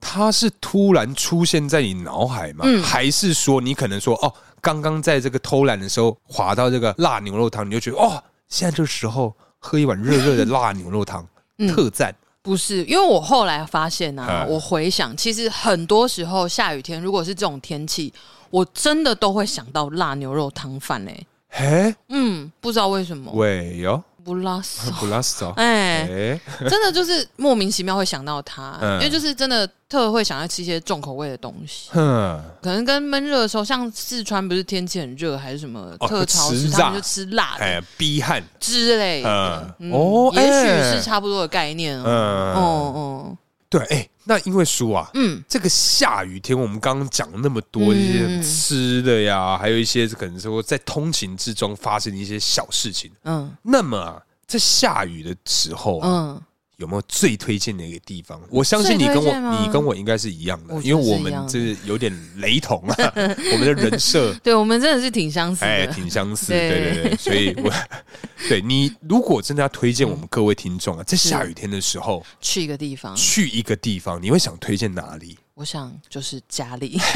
Speaker 2: 它是突然出现在你脑海吗？
Speaker 1: 嗯
Speaker 2: 还是说你可能说哦，刚刚在这个偷懒的时候滑到这个辣牛肉汤，你就觉得哦，现在这时候喝一碗热热的辣牛肉汤，
Speaker 1: 嗯
Speaker 2: 特赞，
Speaker 1: 不是，因为我后来发现啊，
Speaker 2: 嗯
Speaker 1: 我回想，其实很多时候下雨天，如果是这种天气，我真的都会想到辣牛肉汤饭嘞、欸
Speaker 2: 嘿，
Speaker 1: 嗯，不知道为什么，
Speaker 2: 喂哟，
Speaker 1: 不拉 手，
Speaker 2: 不拉手，
Speaker 1: 哎、
Speaker 2: 哎，
Speaker 1: 真的就是莫名其妙会想到它，
Speaker 2: 嗯
Speaker 1: 因为就是真的特会想要吃一些重口味的东西，
Speaker 2: 哼，
Speaker 1: 可能跟闷热的时候，像四川不是天气很热还是什么
Speaker 2: 哦
Speaker 1: 特潮湿，
Speaker 2: 吃
Speaker 1: 他们
Speaker 2: 辣
Speaker 1: 就吃辣的
Speaker 2: 哎，逼汗，
Speaker 1: 之类的
Speaker 2: 嗯。
Speaker 1: 嗯
Speaker 2: 哦
Speaker 1: 也许
Speaker 2: 哎
Speaker 1: 是差不多的概念哦。
Speaker 2: 嗯
Speaker 1: 哦哦，
Speaker 2: 对，哎，那因为叔啊，
Speaker 1: 嗯，
Speaker 2: 这个下雨天，我们刚刚讲那么多一些
Speaker 1: 嗯
Speaker 2: 吃的呀，还有一些可能说在通勤之中发生的一些小事情。
Speaker 1: 嗯
Speaker 2: 那么啊，在下雨的时候啊，
Speaker 1: 嗯，
Speaker 2: 有没有最推荐的一个地方？我相信你
Speaker 1: 最推
Speaker 2: 跟我
Speaker 1: 荐，吗
Speaker 2: 你跟我应该是一样的
Speaker 1: 我，觉得
Speaker 2: 因为我
Speaker 1: 是一
Speaker 2: 们
Speaker 1: 样的
Speaker 2: 这有点雷同啊， 我们的人设
Speaker 1: 对，我们真的是挺相似
Speaker 2: 哎
Speaker 1: 的。
Speaker 2: 挺相似，
Speaker 1: 对
Speaker 2: 对对对，所以 我对你如果真的要推荐我们各位听众啊，在下雨天的时候
Speaker 1: 去一个地方，
Speaker 2: 去一个地方，你会想推荐哪里？
Speaker 1: 我想就是家里。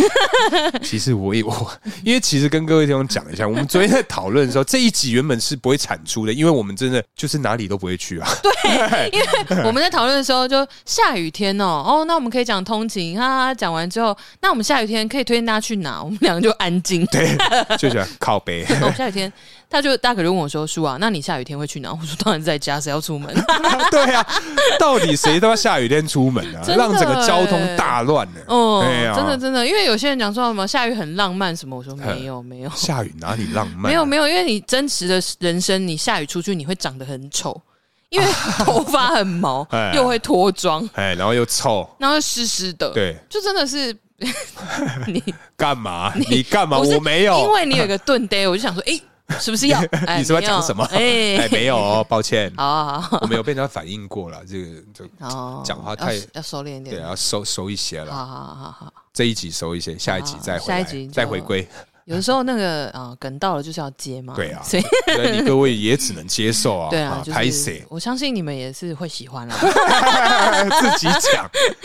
Speaker 2: 其实我也我，因为其实跟各位听众讲一下，我们昨天在讨论的时候，这一集原本是不会产出的，因为我们真的就是哪里都不会去啊。
Speaker 1: 因为我们在讨论的时候，就下雨天哦，哦，那我们可以讲通勤哈哈。讲完之后，那我们下雨天可以推荐大家去哪？我们两个就安静。
Speaker 2: 对，就想靠北。
Speaker 1: 哦，下雨天，他就大可就问我说：“叔啊，那你下雨天会去哪？”我说：“当然在家，谁要出门
Speaker 2: 对啊，到底谁都要下雨天出门啊，
Speaker 1: 真的
Speaker 2: 让整个交通大乱呢、？”
Speaker 1: 哦
Speaker 2: 哎呀，
Speaker 1: 真的真的，因为有些人讲说什么下雨很浪漫什么，我说没有没有
Speaker 2: 下雨哪里浪漫、啊
Speaker 1: 没有，没有，因为你真实的人生，你下雨出去你会长得很丑，因为头发很毛
Speaker 2: 哎，
Speaker 1: 又会脱妆，
Speaker 2: 哎，然后又臭，
Speaker 1: 然后又湿湿的，
Speaker 2: 对，
Speaker 1: 就真的是你
Speaker 2: 干嘛？你干嘛？
Speaker 1: 不是
Speaker 2: 我没
Speaker 1: 因
Speaker 2: 有。
Speaker 1: 为你有一个盾呆，我就想说，哎、是不是要？哎
Speaker 2: 你是不是要讲什么？
Speaker 1: 没有
Speaker 2: 哎，
Speaker 1: 哎，
Speaker 2: 没 有哦，抱歉，
Speaker 1: 好好好
Speaker 2: 我没有被他反映过了，这个就
Speaker 1: 好，
Speaker 2: 讲话太
Speaker 1: 要要收敛一点
Speaker 2: 对，。啊要收收一些了，
Speaker 1: 好好好好好，
Speaker 2: 这一集收一些，下一集再回
Speaker 1: 好
Speaker 2: 来，
Speaker 1: 下一集就
Speaker 2: 再回归。
Speaker 1: 有的时候那个啊、梗到了就是要接嘛，
Speaker 2: 对啊
Speaker 1: 所以
Speaker 2: 所以你各位也只能接受啊，
Speaker 1: 对啊，就
Speaker 2: 拍
Speaker 1: 是
Speaker 2: 谁
Speaker 1: 我相信你们也是会喜欢啦。
Speaker 2: 自己讲，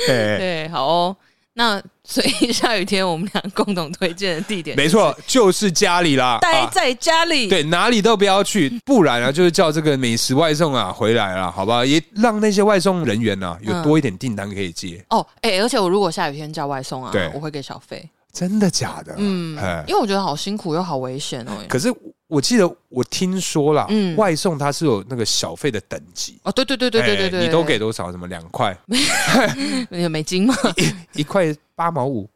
Speaker 2: 哎，
Speaker 1: 对，好哦。那所以下雨天我们俩共同推荐的地点，
Speaker 2: 没，错，就是家里啦，
Speaker 1: 待
Speaker 2: 啊
Speaker 1: 在家里。
Speaker 2: 对，哪里都不 要去，不然啊，就是叫这个美食外送啊回来了，好吧？也让那些外送人员
Speaker 1: 嗯
Speaker 2: 啊有多一点订单可以接。
Speaker 1: 哦，哎、而且我如果下雨天叫外送啊
Speaker 2: 对，
Speaker 1: 我会给小费，
Speaker 2: 真的假的？嗯，哎，
Speaker 1: 因为我觉得好辛苦又好危险哦。
Speaker 2: 可是我记得我听说啦，
Speaker 1: 嗯
Speaker 2: 外送它是有那个小费的等级。
Speaker 1: 哦，对对对对对对
Speaker 2: 哎
Speaker 1: 对，
Speaker 2: 你都给多少？什么两 块、
Speaker 1: 有美金 吗？
Speaker 2: 一一块八毛五，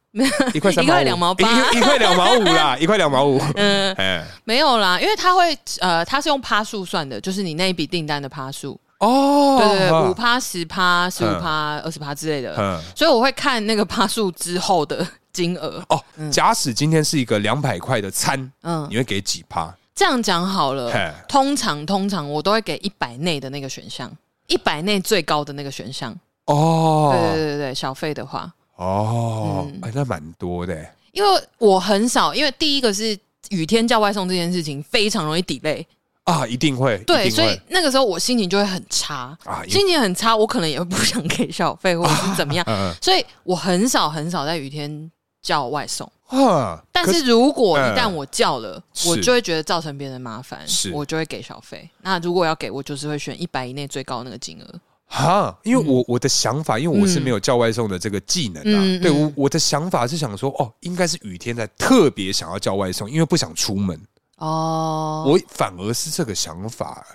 Speaker 2: 一块三
Speaker 1: 一
Speaker 2: 毛五，
Speaker 1: 块两毛八
Speaker 2: 一一块两毛 五啦，一块两毛五。
Speaker 1: 嗯，
Speaker 2: 哎，
Speaker 1: 没有啦，因为它会呃，它是用趴数算的，就是你那一笔订单的趴数，
Speaker 2: 哦，
Speaker 1: 对对对，五趴、十趴、十五趴、二十趴之类的，
Speaker 2: 嗯，
Speaker 1: 所以我会看那个趴数之后的金额。
Speaker 2: 哦，假使今天是一个两百块的餐，
Speaker 1: 嗯
Speaker 2: 你，会给几趴？
Speaker 1: 这样讲好了
Speaker 2: 嘿，
Speaker 1: 通常通常我都会给一百内的那个选项，一百内最高的那个选项。对对
Speaker 2: 哦，
Speaker 1: 对对对，小费的话，
Speaker 2: 哦，
Speaker 1: 嗯
Speaker 2: 哎，那蛮多的欸。
Speaker 1: 因为我很少，因为第一个是雨天叫外送这件事情非常容易抵累，
Speaker 2: 啊，一定会，
Speaker 1: 对，
Speaker 2: 一定
Speaker 1: 所以
Speaker 2: 会
Speaker 1: 那个时候我心情就会很差，
Speaker 2: 啊，因为
Speaker 1: 心情很差，我可能也会不想给小费或者 是怎么样，
Speaker 2: 嗯
Speaker 1: 所以我很少很少在雨天叫外送。
Speaker 2: 嗯啊，
Speaker 1: 但
Speaker 2: 可
Speaker 1: 是如果一
Speaker 2: 嗯
Speaker 1: 旦我叫了，
Speaker 2: 是
Speaker 1: 我就会觉得造成别人麻烦
Speaker 2: 是，
Speaker 1: 我就会给小费。那如果要给我，就是会选一百以内最高那个金额。
Speaker 2: 哈，因为我我的想法，因为我是
Speaker 1: 嗯
Speaker 2: 没有叫外送的这个技能
Speaker 1: 嗯
Speaker 2: 啊，对我
Speaker 1: 嗯
Speaker 2: 我的想法是想说，哦，应该是雨天才特别想要叫外送，因为不想出门，
Speaker 1: 哦，
Speaker 2: 我反而是这个想法。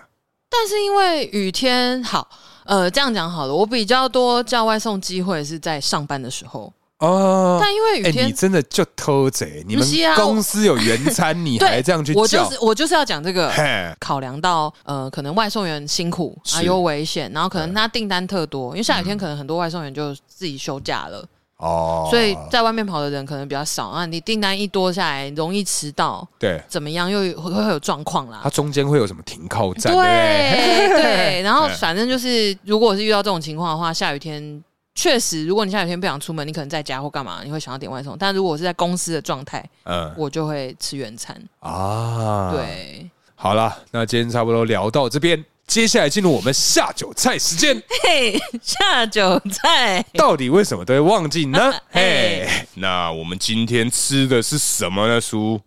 Speaker 1: 但是因为雨天好，呃，这样讲好了，我比较多叫外送机会是在上班的时候，
Speaker 2: 哦，
Speaker 1: 但因为雨
Speaker 2: 哎、
Speaker 1: 天
Speaker 2: 你真的就偷贼！你们
Speaker 1: 不是啊
Speaker 2: 公司有原 餐，你还
Speaker 1: 对，
Speaker 2: 这样去
Speaker 1: 我就
Speaker 2: 叫？
Speaker 1: 是我就是要讲这个。
Speaker 2: 嘿，
Speaker 1: 考量到呃，可能外送员辛苦啊，
Speaker 2: 是
Speaker 1: 又危险，然后可能他订单特多，因为下雨天可能很多外送员就自己休假了，
Speaker 2: 哦，
Speaker 1: 所以在外面跑的人可能比较少啊。你订单一多下来，容易迟到，
Speaker 2: 对，
Speaker 1: 怎么样又会会有状况啦
Speaker 2: 它。中间会有什么停靠站？对
Speaker 1: 对 对，然后
Speaker 2: 对
Speaker 1: 反正就是，如果是遇到这种情况的话，下雨天确实，如果你下雨天不想出门，你可能在家或干嘛，你会想要点外送。但如果我是在公司的状态，
Speaker 2: 不对，嗯
Speaker 1: 我就会吃原餐。
Speaker 2: 啊，，
Speaker 1: 对，
Speaker 2: 好了，那今天差不多聊到这边，接下来进入我们下酒菜时间。
Speaker 1: 嘿，下酒菜。
Speaker 2: 到底为什么都会忘记 呢？
Speaker 1: 哎
Speaker 2: 嘿，那我们今天吃的是什么呢？叔，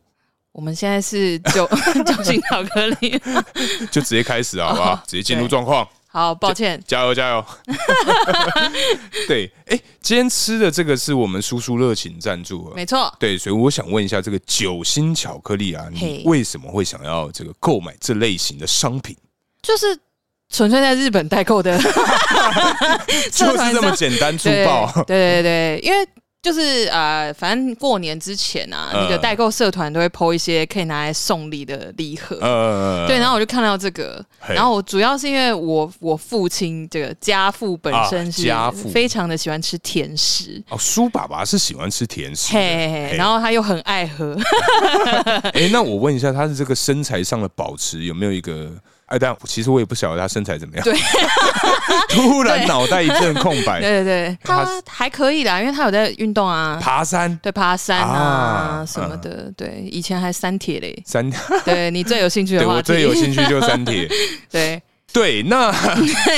Speaker 1: 我们现在是 酒酒精巧克力，
Speaker 2: 就直接开始好 不
Speaker 1: 哦
Speaker 2: 好？直接进入状况。
Speaker 1: 好抱歉，
Speaker 2: 加 油加油！对，哎、今天吃的这个是我们叔叔热情赞助的，
Speaker 1: 没错，
Speaker 2: 对，所以我想问一下，这个酒心巧克力啊，你
Speaker 1: 嘿
Speaker 2: 为什么会想要这个购买这类型的商品？
Speaker 1: 就是纯粹在日本代购的
Speaker 2: 就
Speaker 1: 社团上，
Speaker 2: 是这么简单粗暴，
Speaker 1: 对对对对，因为。就是呃，反正过年之前啊，
Speaker 2: 嗯
Speaker 1: 那个代购社团都会抛一些可以拿来送礼的礼盒，
Speaker 2: 呃，
Speaker 1: 对。然后我就看到这个，
Speaker 2: 嘿
Speaker 1: 然后我主要是因为我我父亲这个家父本身
Speaker 2: 啊
Speaker 1: 是
Speaker 2: 家父
Speaker 1: 非常的喜欢吃甜食，
Speaker 2: 哦，苏爸爸是喜欢吃甜食的，
Speaker 1: 嘿嘿嘿，然后他又很爱喝，
Speaker 2: 哎、那我问一下，他的这个身材上的保持有没有一个？哎，但其实我也不晓得他身材怎么样。
Speaker 1: 对，
Speaker 2: 突然脑袋一阵空白。
Speaker 1: 对对对，
Speaker 2: 他
Speaker 1: 他还可以啦，因为他有在运动啊，
Speaker 2: 爬山
Speaker 1: 对爬山啊
Speaker 2: 啊，
Speaker 1: 什么的，对，以前还三铁嘞
Speaker 2: 山，
Speaker 1: 对你最有兴趣
Speaker 2: 对
Speaker 1: 的话
Speaker 2: 我
Speaker 1: 题，
Speaker 2: 最有兴趣就是山铁。
Speaker 1: 对
Speaker 2: 对，那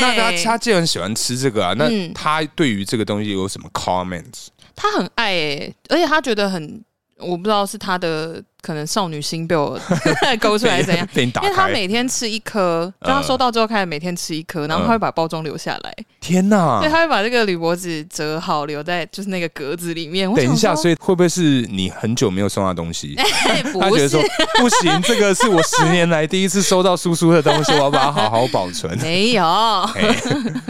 Speaker 2: 那他
Speaker 1: 对
Speaker 2: 他既然喜欢吃这个啊，那
Speaker 1: 嗯
Speaker 2: 他对于这个东西有什么 comments？
Speaker 1: 他很爱诶、而且他觉得很，我不知道是他的可能少女心被我 勾出 来怎样。
Speaker 2: 被你打
Speaker 1: 因为他
Speaker 2: 开？
Speaker 1: 每天吃一颗，就他收到之后开始每天吃一
Speaker 2: 嗯
Speaker 1: 颗，然后他会把包装留下来，
Speaker 2: 天哪
Speaker 1: 所以！他会把这个铝箔纸折好，留在就是那个格子里面。
Speaker 2: 等一下，所
Speaker 1: 以
Speaker 2: 以会不会是你很久没有送他东西？他
Speaker 1: 哎不
Speaker 2: 觉得
Speaker 1: 是
Speaker 2: 说不行，这个是我十年来第一次收到叔叔的东西，我要把它好好保 存。
Speaker 1: 没有，
Speaker 2: 哎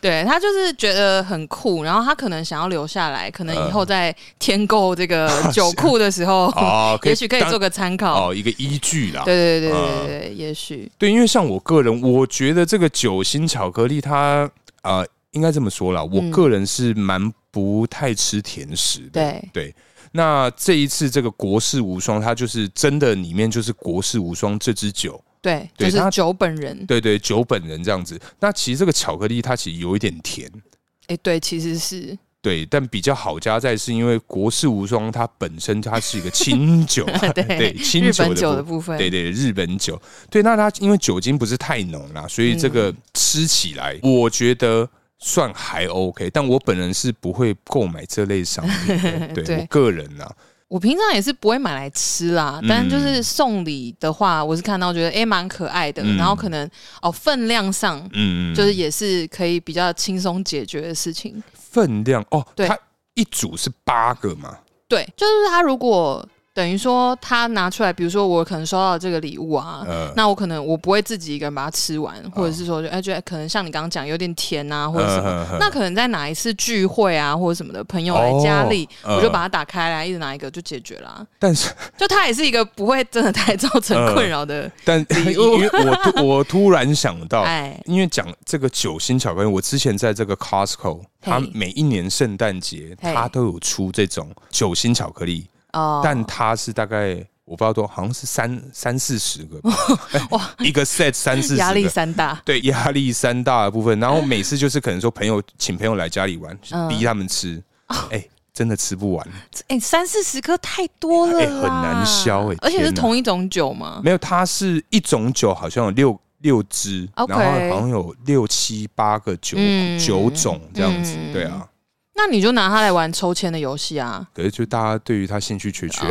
Speaker 1: 对他就是觉得很酷，然后他可能想要留下来，可能以后在添购这 个酒库的时候，
Speaker 2: 嗯哦可以
Speaker 1: 也许可以
Speaker 2: 当
Speaker 1: 做个参考。
Speaker 2: 哦，嗯一个依据啦。
Speaker 1: 对对对对对对，也许
Speaker 2: 对，因为像我个人，我觉得这个酒心巧克力它，呃，应该这么说啦，
Speaker 1: 嗯
Speaker 2: 我个人是蛮不太吃甜食的。
Speaker 1: 对
Speaker 2: 对，那这一次这个国士无双，它就是真的里面就是国士无双这支酒，
Speaker 1: 对，
Speaker 2: 对
Speaker 1: 就是
Speaker 2: 他
Speaker 1: 酒本人。
Speaker 2: 对对，酒本人这样子。那其实这个巧克力它其实有一点甜。
Speaker 1: 哎，对，其实 是
Speaker 2: 对，但比较好加在是因为国士无双，它本身它是一个 清酒，对清
Speaker 1: 日
Speaker 2: 酒
Speaker 1: 本
Speaker 2: 的
Speaker 1: 酒
Speaker 2: 部
Speaker 1: 的部分。
Speaker 2: 对对，日本酒。对，那它因为酒精不是太浓啦，所以这个
Speaker 1: 嗯
Speaker 2: 吃起来，我觉得算还 OK。但我本人是不会购买这类商品 的，对
Speaker 1: 对
Speaker 2: 我个人啦，
Speaker 1: 我平常也是不会买来吃啦，
Speaker 2: 嗯
Speaker 1: 但就是送礼的话，我是看到觉得哎蛮可爱的，
Speaker 2: 嗯
Speaker 1: 然后可能哦分量上
Speaker 2: 嗯，
Speaker 1: 就是也是可以比较轻松解决的事情。
Speaker 2: 分量哦，
Speaker 1: 对
Speaker 2: 它一组是八个嘛，
Speaker 1: 对，就是他如果等于说他拿出来，比如说我可能收到这个礼物啊，
Speaker 2: 呃，
Speaker 1: 那我可能我不会自己一个人把它吃完，或者是说就哎觉得可能像你刚刚讲有点甜啊或者什么，
Speaker 2: 嗯哼
Speaker 1: 那可能在哪一次聚会啊或者什么的朋友来家里，
Speaker 2: 哦
Speaker 1: 我就
Speaker 2: 嗯
Speaker 1: 把它打开来，一直拿一个就解决啦。
Speaker 2: 但是
Speaker 1: 就它也是一个不会真的太造成
Speaker 2: 嗯
Speaker 1: 困扰的，
Speaker 2: 但 因
Speaker 1: 物
Speaker 2: 为我突我突然想到。
Speaker 1: 哎、
Speaker 2: 因为讲这个酒心巧克力，我之前在这个 Costco，它每一年圣诞节
Speaker 1: 嘿
Speaker 2: 它都有出这种酒心巧克力，
Speaker 1: 哦，
Speaker 2: 但它是大概我不知道多，好像是三三四十 个吧，哇， 一个 set 三四十
Speaker 1: 压力
Speaker 2: 个。
Speaker 1: 山大，
Speaker 2: 对压力山大的部分，然后每次就是可能说朋友请朋友来家里玩，
Speaker 1: 嗯哦
Speaker 2: 逼他们吃，哎、真的吃不完，
Speaker 1: 哎、三四十颗太多了啦、
Speaker 2: 哎很难消哎
Speaker 1: 而且是
Speaker 2: 天哪
Speaker 1: 同一种酒吗？
Speaker 2: 没有，它是一种酒，好像有六六支
Speaker 1: OK
Speaker 2: 然后好像有六七八个酒、
Speaker 1: 嗯
Speaker 2: 酒种这样子，
Speaker 1: 嗯
Speaker 2: 对啊，
Speaker 1: 那你就拿它来玩抽签的游戏啊，
Speaker 2: 可是就大家对于
Speaker 1: 哦
Speaker 2: 他兴趣缺缺，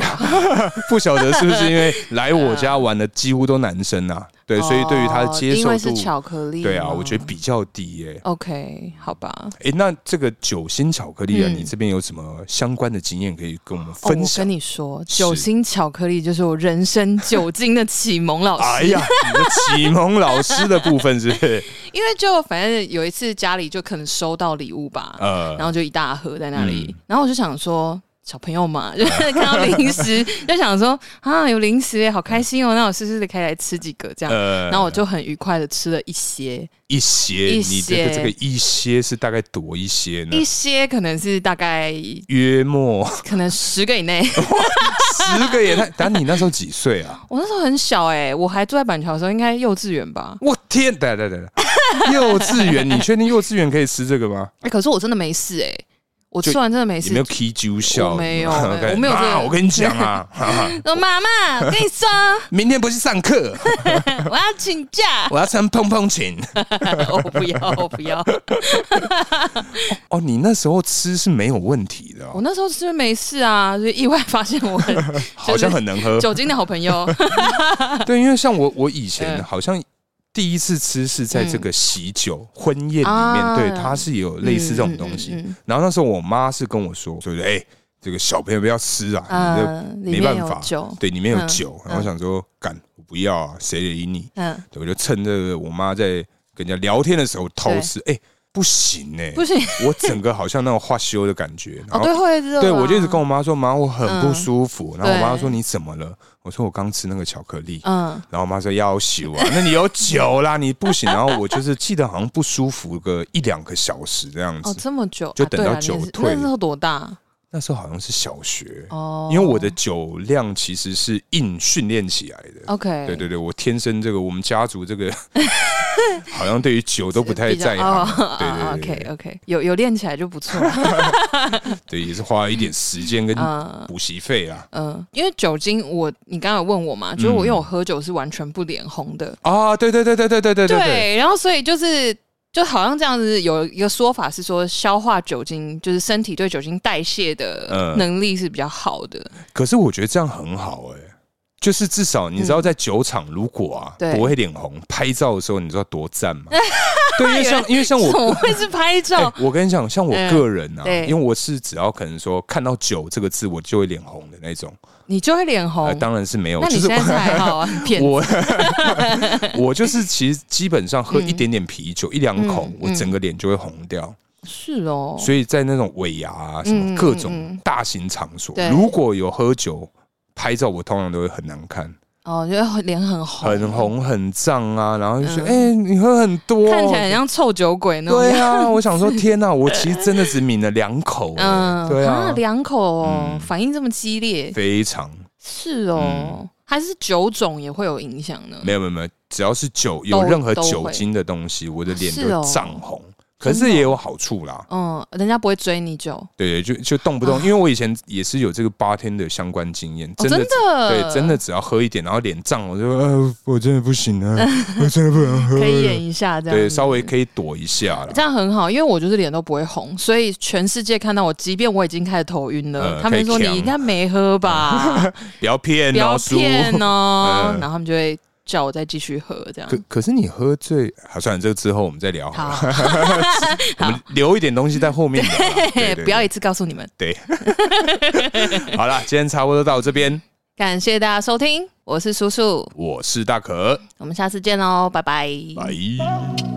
Speaker 2: 不晓得是不是因为来我家玩的几乎都男生啊，对，所以对于它的接
Speaker 1: 哦因
Speaker 2: 受
Speaker 1: 为是
Speaker 2: 度，
Speaker 1: 巧克力吗，
Speaker 2: 对啊，我觉得比较低耶、
Speaker 1: OK，好吧。哦
Speaker 2: 诶，那这个酒心巧克力啊，
Speaker 1: 嗯
Speaker 2: 你这边有什么相关的经验可以跟我们
Speaker 1: 哦、
Speaker 2: 分
Speaker 1: 我
Speaker 2: 享？
Speaker 1: 跟你说，
Speaker 2: 是
Speaker 1: 酒心巧克力就是我人生酒精的启蒙老师。
Speaker 2: 哎呀，你的启蒙老师的部分是不 是
Speaker 1: 因为就反正有一次家里就可能收到礼物吧，
Speaker 2: 呃，
Speaker 1: 然后就一大盒在那里，
Speaker 2: 嗯
Speaker 1: 然后我就想说。小朋友 嘛，就是看到零食就想说啊，有零食耶，好开心哦！那我试试的可以来吃几个这样，
Speaker 2: 嗯呃，
Speaker 1: 然后我就很愉快的吃了一些，
Speaker 2: 一些，
Speaker 1: 一
Speaker 2: 你这个
Speaker 1: 些
Speaker 2: 这个一些是大概多一些呢
Speaker 1: 一？些可能是大概
Speaker 2: 约莫
Speaker 1: 可能十个以内。
Speaker 2: 十个也太……但你那时候几岁啊？
Speaker 1: 我那时候很小哎、我还住在板桥的时候，应该幼稚园吧？
Speaker 2: 我天，对对对对， 幼稚园，你确定幼稚园可以吃这个吗？
Speaker 1: 哎、可是我真的没事哎、我
Speaker 2: 就
Speaker 1: 吃完真的没
Speaker 2: 有
Speaker 1: 事
Speaker 2: 没有 K 九笑？
Speaker 1: 我 没有
Speaker 2: OK，
Speaker 1: 我没有这个
Speaker 2: 妈我跟你讲 啊，哈哈
Speaker 1: 说妈妈，我跟你说，
Speaker 2: 明天不去上课，
Speaker 1: 我要请 假。
Speaker 2: 我要穿蓬蓬裙。
Speaker 1: 我不要，我不要。
Speaker 2: 哦，你那时候吃是没有问题的
Speaker 1: 我
Speaker 2: 哦，
Speaker 1: 那时候是不是没事啊，所以意外发现我很
Speaker 2: 好像很能喝。
Speaker 1: 酒精的好朋友。
Speaker 2: 对，因为像我，我以前
Speaker 1: 嗯
Speaker 2: 好像第一次吃是在这个喜酒婚宴里面，
Speaker 1: 啊
Speaker 2: 对，它是有类似这种东
Speaker 1: 嗯嗯
Speaker 2: 西
Speaker 1: 嗯嗯。
Speaker 2: 然后那时候我妈是跟我说，就是哎，这个小朋友不要吃啊，你这
Speaker 1: 嗯，里
Speaker 2: 没
Speaker 1: 面
Speaker 2: 办
Speaker 1: 有
Speaker 2: 法
Speaker 1: 酒，。
Speaker 2: 对，里面有
Speaker 1: 嗯
Speaker 2: 酒。然后
Speaker 1: 嗯
Speaker 2: 我想说，干，我不要啊，谁理你？
Speaker 1: 嗯，
Speaker 2: 对，我就趁这个我妈在跟人家聊天的时候偷
Speaker 1: 对
Speaker 2: 吃，哎，不行哎，
Speaker 1: 不行。
Speaker 2: 我整个好像那种化修的感 觉。
Speaker 1: 哦，
Speaker 2: 然后
Speaker 1: 对，会热啊。
Speaker 2: 对，我就一直跟我妈说，妈，我很不
Speaker 1: 嗯
Speaker 2: 舒服。然后我妈
Speaker 1: 对
Speaker 2: 说你怎么了？我说我刚吃那个巧克力。
Speaker 1: 嗯，
Speaker 2: 然后我妈说要修 啊，那你有酒啦，你不行。然后我就是记得好像不舒服个一两个小时这样
Speaker 1: 哦，
Speaker 2: 子。
Speaker 1: 这么久，
Speaker 2: 就
Speaker 1: 啊
Speaker 2: 等
Speaker 1: 对
Speaker 2: 到
Speaker 1: 啦你
Speaker 2: 酒
Speaker 1: 也是
Speaker 2: 退
Speaker 1: 那时候多大？
Speaker 2: 那时候好像是小学，
Speaker 1: 哦，
Speaker 2: 因为我的酒量其实是硬训练起来的。
Speaker 1: OK，
Speaker 2: 对对对，我天生这个，我们家 族这个好像对于酒都不太在行。对对对
Speaker 1: 哦 OK
Speaker 2: 对，
Speaker 1: OK，有有练起来就不错。
Speaker 2: 对也是花了一点时间跟
Speaker 1: 嗯
Speaker 2: 补习费啦。
Speaker 1: 嗯，因为酒精，我你刚刚有问我嘛，
Speaker 2: 嗯
Speaker 1: 就是我因为我喝酒是完全不脸红的，
Speaker 2: 啊，对对对对对对对对
Speaker 1: 然后所以就是。就好像这样子，有一个说法是说，消化酒精就是身体对酒精代谢的
Speaker 2: 嗯
Speaker 1: 能力是比较好的。
Speaker 2: 可是我觉得这样很好哎、就是至少你知道在酒场，如果啊、
Speaker 1: 嗯对
Speaker 2: 不会脸红，拍照的时候你知道多赞 吗？对，因为像因为像
Speaker 1: 怎
Speaker 2: 我。
Speaker 1: 么会是拍
Speaker 2: 哎
Speaker 1: 照？
Speaker 2: 我跟你讲，像我个人啊，
Speaker 1: 嗯对
Speaker 2: 因为我是只要可能说看到“酒”这个字，我就会脸红的那种。
Speaker 1: 你就会脸红
Speaker 2: 呃，？当然是没有，
Speaker 1: 哦那你
Speaker 2: 就是
Speaker 1: 现在是还好啊， 骗 子
Speaker 2: 我我 就是其实基本上喝一点点啤酒，一两口
Speaker 1: 嗯，
Speaker 2: 我整个脸就会红掉。
Speaker 1: 是哦。
Speaker 2: 所以在那种尾牙啊，什么
Speaker 1: 嗯
Speaker 2: 各
Speaker 1: 嗯
Speaker 2: 种
Speaker 1: 嗯
Speaker 2: 大型场所，
Speaker 1: 对
Speaker 2: 如果有喝酒拍照，我通常都会很难看，
Speaker 1: 哦，觉得脸很红，
Speaker 2: 很，红很胀啊，然后就说：“
Speaker 1: 嗯
Speaker 2: 哎、你喝很多哦。”
Speaker 1: 看起来很像臭酒鬼那种。
Speaker 2: 对啊，我想说，天哪、我其实真的只抿了两口、哎
Speaker 1: 嗯，
Speaker 2: 对啊，
Speaker 1: 两口哦，
Speaker 2: 嗯
Speaker 1: 反应这么激烈，
Speaker 2: 非常
Speaker 1: 是哦，
Speaker 2: 嗯
Speaker 1: 还是酒种也会有影响呢？
Speaker 2: 没有没有没有，只要是酒有任何
Speaker 1: 都会
Speaker 2: 酒精的东西，我的脸
Speaker 1: 是
Speaker 2: 就
Speaker 1: 哦
Speaker 2: 会涨红。可
Speaker 1: 真
Speaker 2: 是
Speaker 1: 的哦
Speaker 2: 也有好处啦，
Speaker 1: 嗯，人家不会追你哦酒，
Speaker 2: 对，就就动不动，因为我以前也是有这个八天的相关经验，
Speaker 1: 啊哦、
Speaker 2: 真的
Speaker 1: 真的，
Speaker 2: 对，真的只要喝一点，然后脸胀，我就呃，我真的不行了， 我真的不能喝了。
Speaker 1: 可以演一下这样，
Speaker 2: 对，稍微。可以躲一下了
Speaker 1: 这。样很好，因为我就是脸都不会红，所以全世界看到我，即便我已经开始头晕了，
Speaker 2: 呃
Speaker 1: 他们说
Speaker 2: 可
Speaker 1: 你
Speaker 2: 以呛
Speaker 1: 应该没喝 吧，
Speaker 2: 不要骗
Speaker 1: 不要
Speaker 2: 哦，叔。
Speaker 1: 骗 哦，
Speaker 2: 嗯
Speaker 1: 然后他们就会叫我再继续喝这样
Speaker 2: 可。可是你喝醉，好，算了，这个之后我们再聊好了。
Speaker 1: 好，
Speaker 2: 我们留一点东西在后面聊 啦。对对对
Speaker 1: 不要一次告诉你们。
Speaker 2: 好了，今天差不多到这边，
Speaker 1: 感谢大家收听，我是叔叔，
Speaker 2: 我是大可，
Speaker 1: 哦我们下次见喽，拜拜。
Speaker 2: 拜。